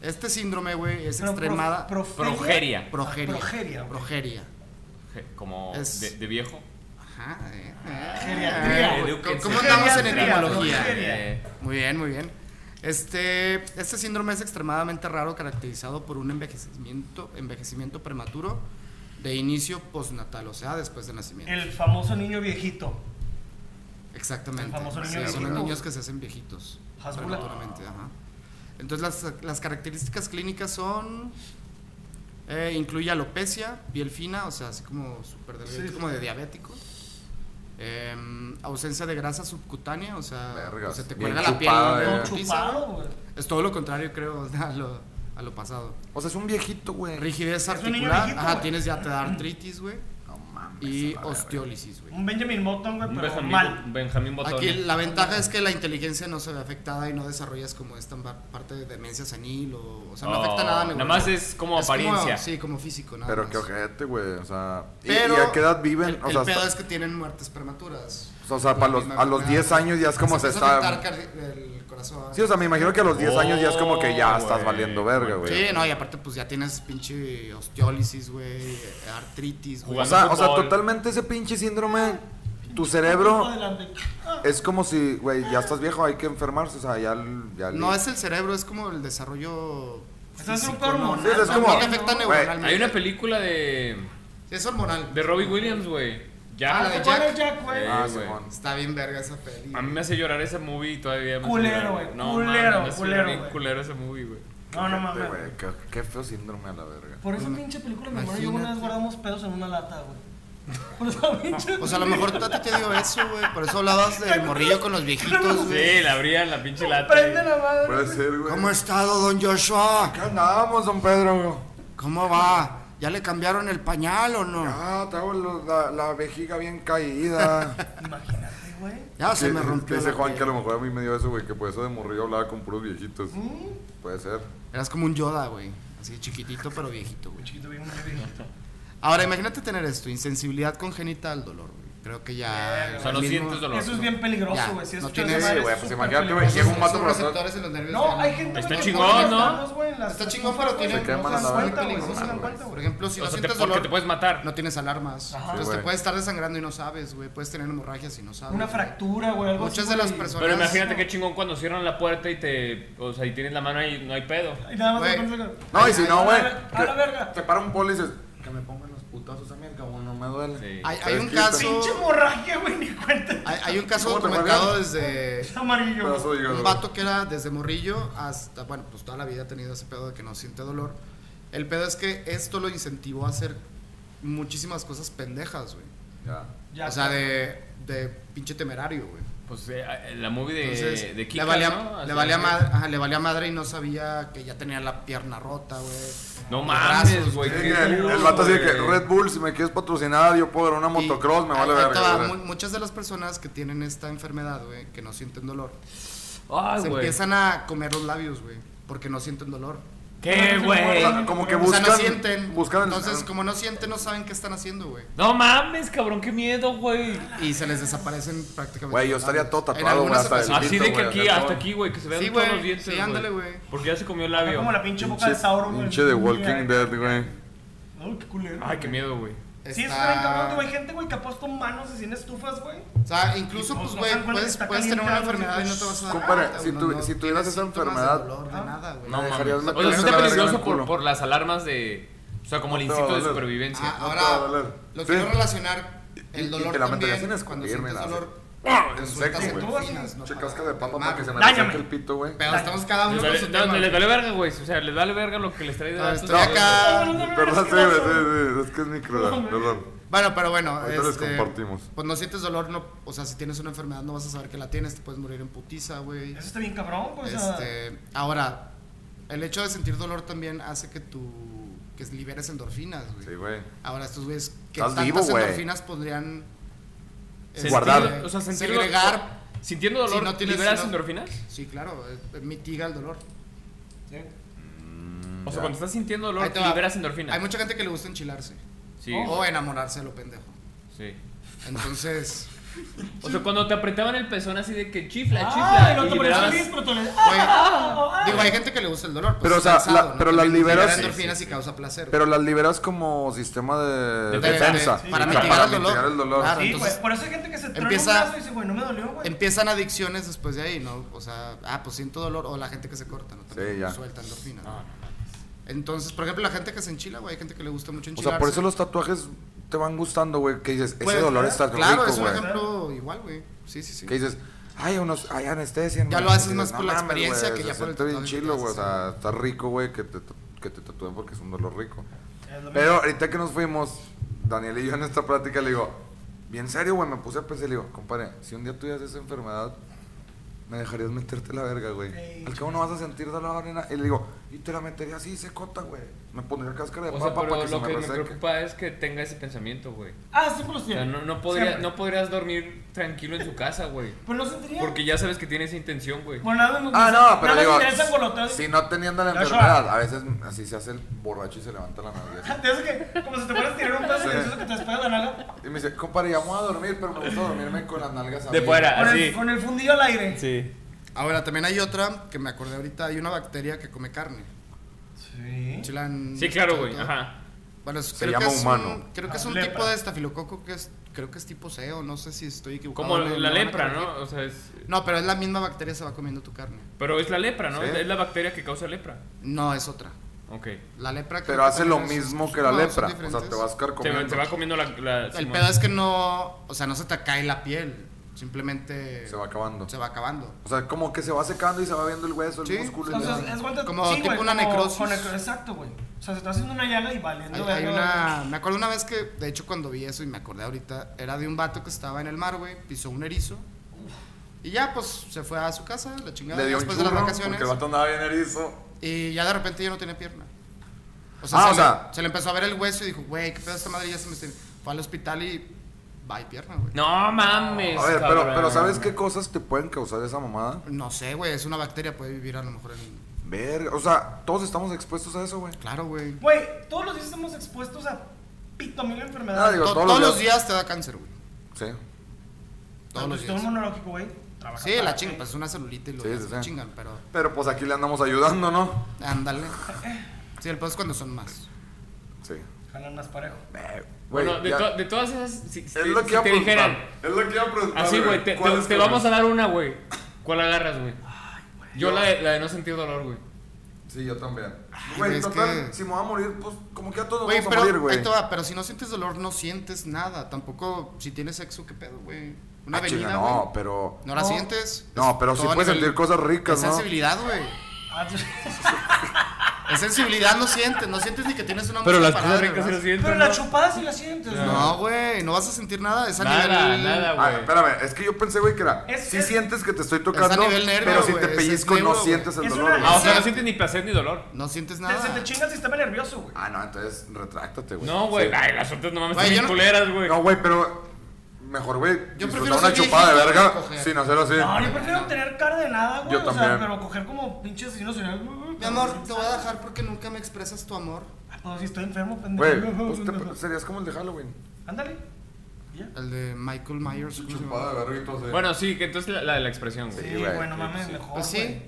Este síndrome, güey, es Pero pro- extremada proferia- Progeria. progeria. Ah, Progeria. güey. Progeria. Je- Como Es- de, de viejo. Ajá, eh, eh. Geriatría, Eh, güey. ¿Cómo- ¿Cómo Geriatría, andamos en geriatría, etimología? progeria. Eh, Muy bien, muy bien. Este, este síndrome es extremadamente raro, caracterizado por un envejecimiento, envejecimiento prematuro de inicio postnatal, o sea, después del nacimiento. El famoso niño viejito. Exactamente. el famoso niño Sí, son los viejito. niños que se hacen viejitos. Hasbula. prematuramente, ajá. Entonces, las, las características clínicas son. eh, incluye alopecia, piel fina, o sea, así como súper delgadito, Sí. como de diabético. Em, ausencia de grasa subcutánea, o sea, Vergas, pues, se te bien cuelga la piel. chupada, ¿no? eh. Todo Como pizza. chupado, güey. Es todo lo contrario, creo, [LAUGHS] a lo, a lo pasado. O sea, es un viejito, güey. Rigidez un niño articular. viejito, Ajá, güey. tienes ya te da artritis, güey. No mames. Y a la verga. osteólisis, güey. Un Benjamin Button, güey, un pero Benjamín, mal. un Benjamín Botón. Aquí la ventaja es que la inteligencia no se ve afectada y no desarrollas como esta par- parte de demencia senil o, o sea, no afecta Oh, nada. Nada neuronal. más es como apariencia. sí, como físico, nada Pero más. qué ojete, güey. O sea, ¿y, Pero y a qué edad viven? El, O sea, el pedo hasta- es que tienen muertes prematuras. pues, o sea, para los- a los 10 años ya es como se empieza a está- afectar cardi- el corazón. sí, o sea, me imagino que a los 10 años ya es como que ya Oh, estás güey. valiendo verga, güey. Sí, no, y aparte pues ya tienes pinche osteólisis, güey, artritis, güey. O sea, o sea, totalmente ese pinche síndrome, tu Eh, cerebro Adelante. es como si, güey, ya estás viejo, hay que enfermarse, o sea, ya... el- ya el- No es el cerebro, es como el desarrollo. Eso es un físico, ¿no? hormonal, Sí, es No, como- no te afecta Güey, neuronalmente. Hay una película de. Es hormonal. de Robbie Williams, güey. Ya. Ah, la de ¿Te Jack. acuerdas, Jack, güey? Ah, Eh, güey. Simón. Está bien verga esa peli. A mí me hace llorar ese movie y todavía. me hace Culero, llorar, güey, No, culero, mames, me hace culero, llorar bien güey. culero ese movie, este, güey. No, no Ojete, mames. güey, qué, qué feo síndrome a la verga. Por esa pinche película, mi hermano y yo una Mm. Imagínate. vez guardamos pedos en una lata, güey. Por [LAUGHS] esa pinche. O sea, Pues a lo mejor Tati te dio eso, güey. Por eso hablabas del morrillo con los viejitos, güey. Sí, la abrían la pinche lata. Prende güey. la madre. Pues, Puede güey. ser, güey. ¿Cómo ha estado, don Joshua? ¿Qué andábamos, don Pedro? güey? ¿Cómo va? ¿Ya le cambiaron el pañal o no? Ah, traigo lo- la, la vejiga bien caída. Imagínate, güey. Ya se Sí, me rompió. Dice la Juan piel. que a lo mejor a mí me dio eso, güey, que por eso de morrillo hablaba con puros viejitos. Puede ser. ¿Mm? Eras como un Yoda, güey. Así chiquitito, pero viejito, Un güey. chiquito bien, muy viejito. Ahora, imagínate tener esto: insensibilidad congénita al dolor, güey. Creo que ya. O sea, no el mismo- sientes dolor. Eso es bien peligroso, Ya, güey. Si no escuchas tiene- esa Sí, madre, güey, es pues súper imagínate, güey, peligroso. llega un vato Esos por atrás. receptores en los nervios. No, ya hay gente Está güey, que chingón, pone ¿no? las manos, güey, en las- Está chingón, pero tiene. Se no queman se dan a la cuenta, verga. güey, no se dan Mamá, cuenta, güey. Por ejemplo, si O no sea, te- sientes porque dolor. te puedes matar. No tienes alarmas. Ajá. Entonces Sí, güey. te puedes estar desangrando y no sabes, güey. Puedes tener hemorragias y no sabes. Una güey. fractura, güey. algo Muchas así, de las güey. personas- Pero imagínate qué chingón cuando cierran la puerta y te. O sea, y tienes la mano ahí y no hay pedo. Y nada más Güey. de repente- [LAUGHS] No, y si no, A güey. la- a que- la verga. Te para un poli y dices, que me pongan los putazos a mí, cabrón, no me duele. Sí. Hay, Se hay un desquita. caso. Pinche hemorragia, güey, ni cuenta. Hay, hay un caso ¿Cómo te documentado pagan? desde Está amarillo. Pedazo de güey. hígado. un vato que era desde morrillo hasta, bueno, pues toda la vida ha tenido ese pedo de que no siente dolor. El pedo es que esto lo incentivó a hacer muchísimas cosas pendejas, güey. Ya. Ya. O sea, de, de pinche temerario, güey. Pues eh, eh, la movie de, Entonces, de le, Kika, valía, ¿no? Así le, valía que- madre, ajá, le valía madre y no sabía que ya tenía la pierna rota, güey. No Los mames, brazos, güey. Sí, qué el, duro, el vato así de que güey. Red Bull, si me quieres patrocinar, yo puedo dar una Y motocross, me ahí- vale ahí te va, verga. mu- Muchas de las personas que tienen esta enfermedad, güey, que no sienten dolor, Ah, Ay, se güey. empiezan a comer los labios, güey, porque no sienten dolor. ¿Qué, O güey? sea, Ah, como que Eh, o sea, buscan. no sienten. buscan el- Entonces, como no sienten, no saben qué están haciendo, güey. No mames, cabrón, qué miedo, güey. Y se les desaparecen prácticamente. Güey, yo los estaría labios. todo En tatuado, güey, algunas hasta el ocasiones- Así de que güey, aquí, acá, hasta güey. aquí, güey, que se vean Sí, todos güey, los dientes. sí, ándale, güey. Porque ya se comió Ah, el Está labio. Como la pinche boca de Pinche- Sauron, güey. Pinche de Walking Dead, güey. Ay, qué culero. Ay, qué güey. miedo, güey. Ah, Sí, eso Está- está bien cabrón, güey. Hay gente, güey, que ha puesto manos así en estufas, güey. O sea, incluso, No, pues, no güey, se dan cuenta puedes, que está puedes tener una caliente, enfermedad y güey. no te vas a dar Compadre, cuenta, si güey, tu- no- si no tuvieras tienes esa síntomas de enfermedad, dolor, de ¿no? nada, güey. No, Ajá. dejarías mames. meter O sea, sí la está verga en el peligroso por, culo. por las alarmas de. O sea, como el No te instinto de va a doler. supervivencia. Ah, no te va a ahora, doler. lo Sí. quiero relacionar Y- y el dolor te la meterías también, sin cuando escupirme, sientes la dolor, ¡Ah! En resulta seco, ser güey. endorfinas, no Che para- casca de papa Mames. para que se me Dáñame. resaque el pito, güey. Pero estamos cada uno Les con vale- su no, tema. les güey. vale verga, güey. O sea, les vale verga lo que les trae de datos. Estoy acá. Perdón, sí, güey, sí, eh, sí, es que es mi cruda, No, perdón. Bueno, pero bueno, Ahorita les este, compartimos. pues no sientes dolor, no, o sea, si tienes una enfermedad no vas a saber que la tienes, te puedes morir en putiza, güey. Eso está bien cabrón, güey. o sea, Este, ahora, el hecho de sentir dolor también hace que tú que liberes endorfinas, güey. Sí, güey. Ahora estos güeyes que Estás tantas vivo, güey. endorfinas podrían este, Guardar. O sea, sentir segregar. Sintiendo dolor, Si no tienes- ¿liberas si no- endorfinas? Sí, claro, eh, mitiga el dolor. sí. Mm. O sea, cuando estás sintiendo dolor, Ahí te va. liberas endorfinas. Hay Oh. mucha gente que le gusta enchilarse Sí, o enamorarse a lo pendejo. sí. Entonces, O sea, cuando te apretaban el pezón así de que chifla, Ah, chifla. no y te liberabas- pones feliz, pero tú le. güey, ah, digo, hay gente que le gusta el dolor, pues Pero, o es sea, cansado, la- ¿no? pero las También libera liberas- endorfinas Sí, sí, y causa placer. Pero las liberas como sistema de De- defensa. de- para Sí, mitigar el dolor. mitigar el Claro. Sí, entonces, güey. Por eso hay gente que se truena empieza- un brazo y dice, güey, no me dolió, pues. güey. Empiezan adicciones después de ahí, ¿no? O sea, ah, pues siento dolor. O la gente que se corta, ¿no? También Sí, ya. Suelta endorfinas. Ah. ¿no? Entonces, por ejemplo, la gente que se enchila, güey, hay gente que le gusta mucho O enchilarse. sea, por eso los tatuajes te van gustando, güey. Que dices, ese Pues, dolor está Claro, rico, es un güey. ejemplo igual, güey. Sí, sí, sí. Que dices, ay, unos, ay, anestesia. Ya no, lo haces dices, más por la experiencia güey, que ya se por el siente bien tatuaje que chilo, te güey. O haces, sea, está rico, güey, que te, que te tatúen porque es un dolor rico. Es lo Pero ahorita que nos fuimos, Daniel y yo en esta plática le digo, bien serio, güey, me puse a pensar, le digo, compadre, si un día tuvieras esa enfermedad, me dejarías meterte la verga, güey. Ey. Al cabo no vas a sentir dolor, nena. Y le digo, y te la metería así, secota, güey. Me pondría cáscara de O papa sea, pero para que se lo me que me reseque. preocupa es que tenga ese pensamiento, güey. Ah, siempre los O sea, tiene. no, no, podría, Siempre. no podrías dormir tranquilo en su casa, güey. Pues no sentiría. Porque ya sabes que tiene esa intención, güey. Bueno, nada más. Ah, no, pero nada digo, más me interesa golotear. si no teniendo la Ya, enfermedad, a veces así se hace el borracho y se levanta la nalga. así. [LAUGHS] Te hace que, como si te fueras a tirar un pedazo Sí. de eso que te despega la nalga. Y me dice, compadre, ya me voy a dormir, pero me gusta dormirme con las nalgas De fuera. Con Así. el, con el fundillo al aire. Sí. Ahora, también hay otra que me acordé ahorita. Hay una bacteria que come carne. Sí. Enchilan. Sí, claro, güey. todo. Ajá. Bueno, es- Se creo llama que es humano. Un, creo que Ah, es un Lepra. tipo de estafilococo que es, creo que es tipo C o no sé si estoy equivocado. Como me- me la van a lepra, corregir. ¿no? O sea, es. No, pero es la misma bacteria se va comiendo tu carne. Pero es la lepra, ¿no? Sí. Es la bacteria que causa lepra. No, es otra. Ok. La lepra. creo Pero que hace lo también es- mismo que la no, son lepra. O sea, diferentes. te vas a estar Te, comiendo. te va comiendo la. la- El Simón. pedo es que no. O sea, no se te cae la piel. Simplemente. Se va acabando. Se va acabando. O sea, como que se va secando y se va viendo el hueso, el Sí. músculo. y Entonces, la- es cuando Como sí, tipo güey, una como- necrosis. con necro- exacto, güey. O sea, se está haciendo una llaga y valiendo. Hay, verga, hay güey. una. Me acuerdo una vez que, de hecho, cuando vi eso y me acordé ahorita, era de un vato que estaba en el mar, güey, pisó un erizo. Y ya, pues se fue a su casa, la chingada, Le dio un después churro de las porque vacaciones. el vato andaba bien erizo. Y ya de repente ya no tenía pierna. O Ah, se, o le, sea- se le empezó a ver el hueso y dijo, güey, qué pedo esta madre, ya se me está. Fue al hospital y. Bye, pierna, güey. No mames. A ver, pero, cabrón. pero ¿sabes qué cosas te pueden causar esa mamada? No sé, güey, es una bacteria, puede vivir a lo mejor en. Verga. O sea, todos estamos expuestos a eso, güey. Claro, güey. Güey, todos los días estamos expuestos a pito mil enfermedades. Ah, digo, To- todos todos los los días. días te da cáncer, güey. Sí. Ah, Todos los Sistema días. inmunológico, güey. trabaja Sí, para- la chingan, pues es una celulita y lo Sí, ya sí, se sí. la chingan, pero. Pero pues aquí le andamos ayudando, ¿no? Ándale. Sí, el pedo es cuando son más. Sí. Jalan más parejo. Eh, güey, Bueno, de, ya- to- de todas esas. Si, Es si- lo si que iba a te preguntar. dijeran. Es lo que iba a preguntar. Así, güey, te, ¿Cuál te- es te tu vamos a versión? dar una, güey. ¿Cuál agarras, güey? Yo la de, la de no sentir dolor, güey. Sí, yo también. Ay, Güey, Ah, güey, es total, que- si me voy a morir, pues como que a todos Güey, vamos pero, a morir, güey. ahí te va, pero si no sientes dolor, no sientes nada. Tampoco, si tienes sexo, ¿qué pedo, güey? Una Ah, chinga, avenida, no, güey. pero. No la sientes. Pues No, pero sí Todo a puedes nivel- sentir cosas ricas, Es ¿no? sensibilidad, güey. Ah, Es sensibilidad, no sientes. No sientes ni que tienes una Pero mosca las parada cosas en el ricas se brazo. lo sienten. Pero la chupada sí la sientes, ¿no? No, güey, no vas a sentir nada. Es a Nada, nivel. nada, Ah, güey. espérame, es que yo pensé, güey, que era. Es- sí es- sientes que te estoy tocando, nivel nervio, pero si güey, te es- es pellizco no neuro, güey. sientes el Es dolor. una- güey. Ah, o sea, Sí. no sientes ni placer ni dolor. No sientes Te- Se nada. te chinga el sistema nervioso, güey. Ah, no, entonces retráctate, güey. No, güey. Sí. Ay, las otras no mames, Güey, son yo bien no- culeras, güey. No, güey, pero. Mejor, güey. Yo disfrutar prefiero una ser chupada de viejito que verga coger. sin hacerlo así. No, yo prefiero tener cara de nada, güey. Yo o sea, también. pero coger como pinches asesinos seriales. Mi amor, te voy a dejar porque nunca me expresas tu amor. Ah, Pues si estoy enfermo, Güey, pendejo. pues te- serías como el de Halloween. Ándale. Y ya. El de Michael Myers. ¿cómo se llama? Chupada de verga y todo así. Bueno, sí, que entonces la, la de la expresión, güey. Sí, Sí, güey. güey, no mames, Sí. mejor. Pues sí. güey.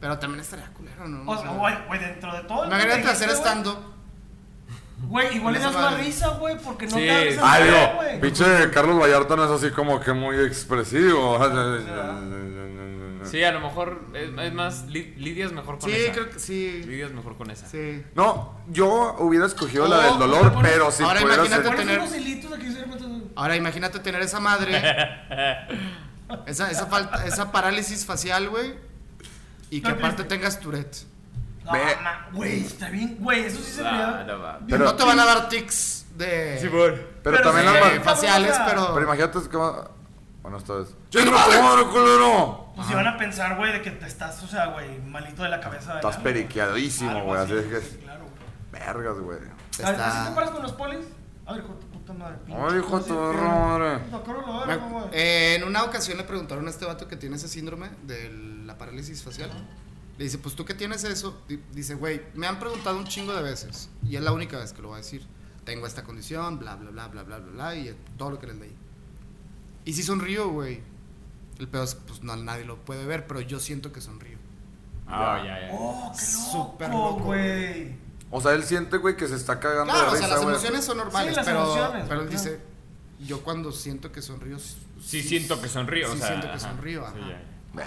Pero también estaría culero, ¿no? O sea, güey, güey, dentro de todo. Imagínate hacer stand stand-up. Güey, igual le Esa das más madre. risa, güey, porque no Sí. te da risa Ah, en serio, digo, pinche Carlos Vallarta no es así como que muy expresivo. Sí, a lo mejor es, es más, Li- lidias mejor con Sí, esa. creo que sí. Lidias mejor con esa. Sí. No, yo hubiera escogido Oh, la del dolor, ¿te pones- pero si Ahora pudiera imagínate ser- Pones tener- unos hilitos aquí, se cuántos- Ahora imagínate tener esa [LAUGHS] madre. esa, esa, falta, esa parálisis facial, güey. Y que No, aparte no. tengas Tourette. No, Ve. ma- güey, está bien, güey, eso sí se Ah, veía. no va. Pero- no te van a dar tics de. por. Pero también sí, las de ma- cabrón, faciales, o sea, pero. Pero imagínate es como. Buenas tardes. ¡Ah! ¡Yo no ¡Chinga tu madre! madre, culero! Pues si van a pensar, güey, de que te estás, o sea, güey, malito de la cabeza. Estás ¿verdad? periqueadísimo, Algo güey. Así es que. sí, Claro, güey. Vergas, güey. A ver, ¿Así te Está... paras con los polis? A ver, hijo de tu puta madre. Ay, hijo de tu madre. Me- madre. eh, en una ocasión le preguntaron a este vato que tiene ese síndrome de la parálisis facial. Le dice, pues tú que tienes eso. Di- Dice, güey, me han preguntado un chingo de veces. Y es la única vez que lo voy a decir. Tengo esta condición, bla, bla, bla, bla, bla, bla, bla. Y todo lo que les leí. Y si sonrío, güey. El pedo es que pues no, nadie lo puede ver, pero yo siento que sonrío. Ah, ya, ya. Oh, qué Súper loco, loco, güey. O sea, él siente, güey, que se está cagando Claro, o de sea, risa, las güey. emociones son normales, Sí, las pero, emociones, pero él claro. dice, yo cuando siento que sonrío... s- Sí, siento que sonrío. Sí, o sea, siento que ajá. sonrío, ajá. Sí, ya, ya.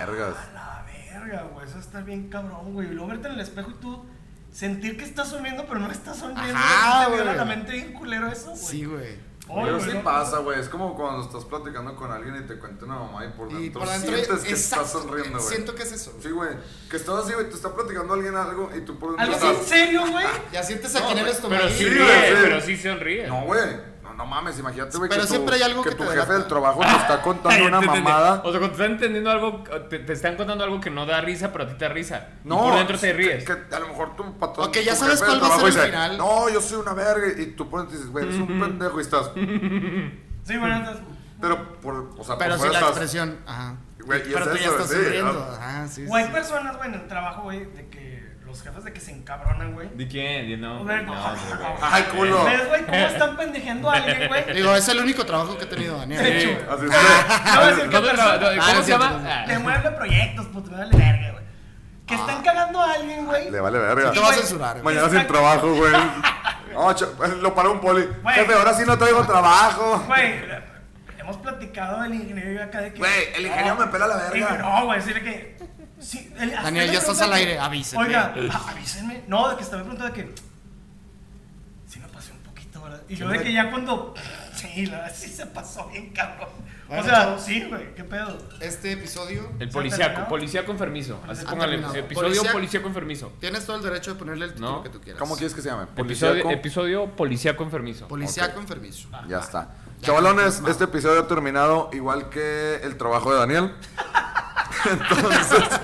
Vergas. La verga, güey, eso está bien cabrón, güey. Y Luego verte en el espejo y tú sentir que estás sonriendo, pero no estás sonriendo. Ajá, Ajá, güey. güey. la mente bien culero eso, güey. Sí, güey. Oye, Pero güey, sí no- pasa, güey. Es como cuando estás platicando con alguien y te cuenta una mamá y por dentro, Y por dentro sientes que exacto, estás sonriendo, güey. Siento que es eso. Sí, güey. Que estás así, güey, te está platicando alguien algo y tú por dentro Algo así en estás... serio, güey. Ya sientes aquí en el estómago. Pero sí, Sí, ríe, güey, sí. pero sí sonríe. No, güey. No, no mames, imagínate, güey, Pero que, tu- siempre hay algo que que tu te jefe delata. del trabajo te está contando [LAUGHS] [LAUGHS] Ay, una te- te- te- mamada. O sea, cuando te están entendiendo algo, te, te están contando algo que no da risa, pero a ti te da risa. No, No. por dentro te que- ríes. Que, a lo mejor tu patrón. Ok, ya tu sabes jefe cuál del va a ser trabajo el dice, final. No, yo soy una verga. Y tú por dentro dices, güey, eres un pendejo y estás. Sí, güey, andas. Pero por. O sea, Pero por sí fuera la estás, expresión. Ajá. Güey, y pero es tú ya eso, estás sí, sonriendo. ah. Ajá, sí. Güey, sí. hay personas, güey, en el trabajo, güey, de que los jefes de que se encabronan, güey. ¿De quién? Yo no. Güey, no, no. güey. ah, Ay, culo. ¿Ves, güey, cómo están pendejeando a alguien, güey? Digo, es el único trabajo que he tenido, Daniel. De hecho, Sí. güey. Así es. Te voy a decir que ¿Cómo, persona- ¿cómo Ah, se sí, llama? sí, sí. Ah, Le mueble proyectos, pues te vale verga, güey. Que están cagando a alguien, güey. Ah, Le vale Te verga. va a güey. censurar. güey. Mañana sin trabajo, güey. [LAUGHS] No, ch- lo paró un poli. Güey. Jefe, ahora sí no traigo trabajo. Güey, hemos platicado del ingeniero acá de que. Güey, el ingeniero me pela la verga. Digo, no, güey, decirle que. sí, el- hasta Daniel, le ya estás pregunta al que, aire, avísenme. Oiga, a- avísenme. No, de que estaba preguntando de que. Sí, me pasé un poquito, ¿verdad? Y yo de que ya cuando. Sí, la verdad, sí se pasó bien, cabrón. Bueno, o sea, chavos. sí, güey, qué pedo. Este episodio. El ¿Se policíaco, terminó? policía enfermizo. Así Ha póngale Ah, terminado. episodio Policía- policía enfermizo. Tienes todo el derecho de ponerle el título No. que tú quieras. ¿Cómo quieres que se llame? Episodio, ¿Policíaco? episodio policíaco enfermizo. Policía con permiso. Ya está. Chavalones, este episodio ha terminado igual que el trabajo [LAUGHS] de Daniel. Entonces,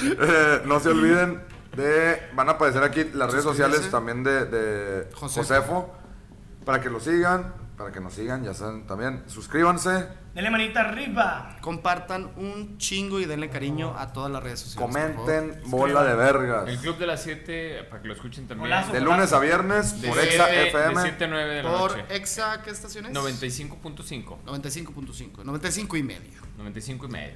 eh, no se olviden de. Van a aparecer aquí las redes sociales Suscríbase. también de, de Josefo. Josefo. Para que lo sigan, para que nos sigan, ya saben también. Suscríbanse, Dele manita arriba. Compartan un chingo y denle cariño a todas las redes sociales. por favor. comenten, bola de El vergas. club de las 7, para que lo escuchen también. Golazo. De lunes a viernes De por siete- Exa De FM. 7 a 9 de la Por noche. Exa, ¿qué estación es? 95.5. 95.5. 95 y medio. 95 y medio.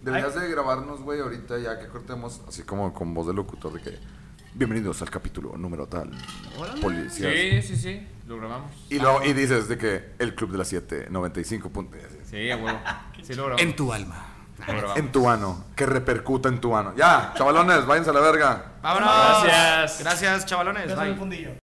Deberías de grabarnos, güey, ahorita ya que cortemos, así como con voz de locutor, de que. Bienvenidos al capítulo número tal. Órale. Policías. Sí, sí, sí. Lo grabamos. Y, luego- y dices de que el club de las 7, 95 puntos. [LAUGHS] Sí, a huevo. Sí, lo grabamos. En tu alma. Pero vamos. en tu ano, que repercuta en tu ano. Ya, chavalones, váyanse a la verga. Vámonos. Gracias. Gracias, chavalones. Beso en el Bye. fundillo.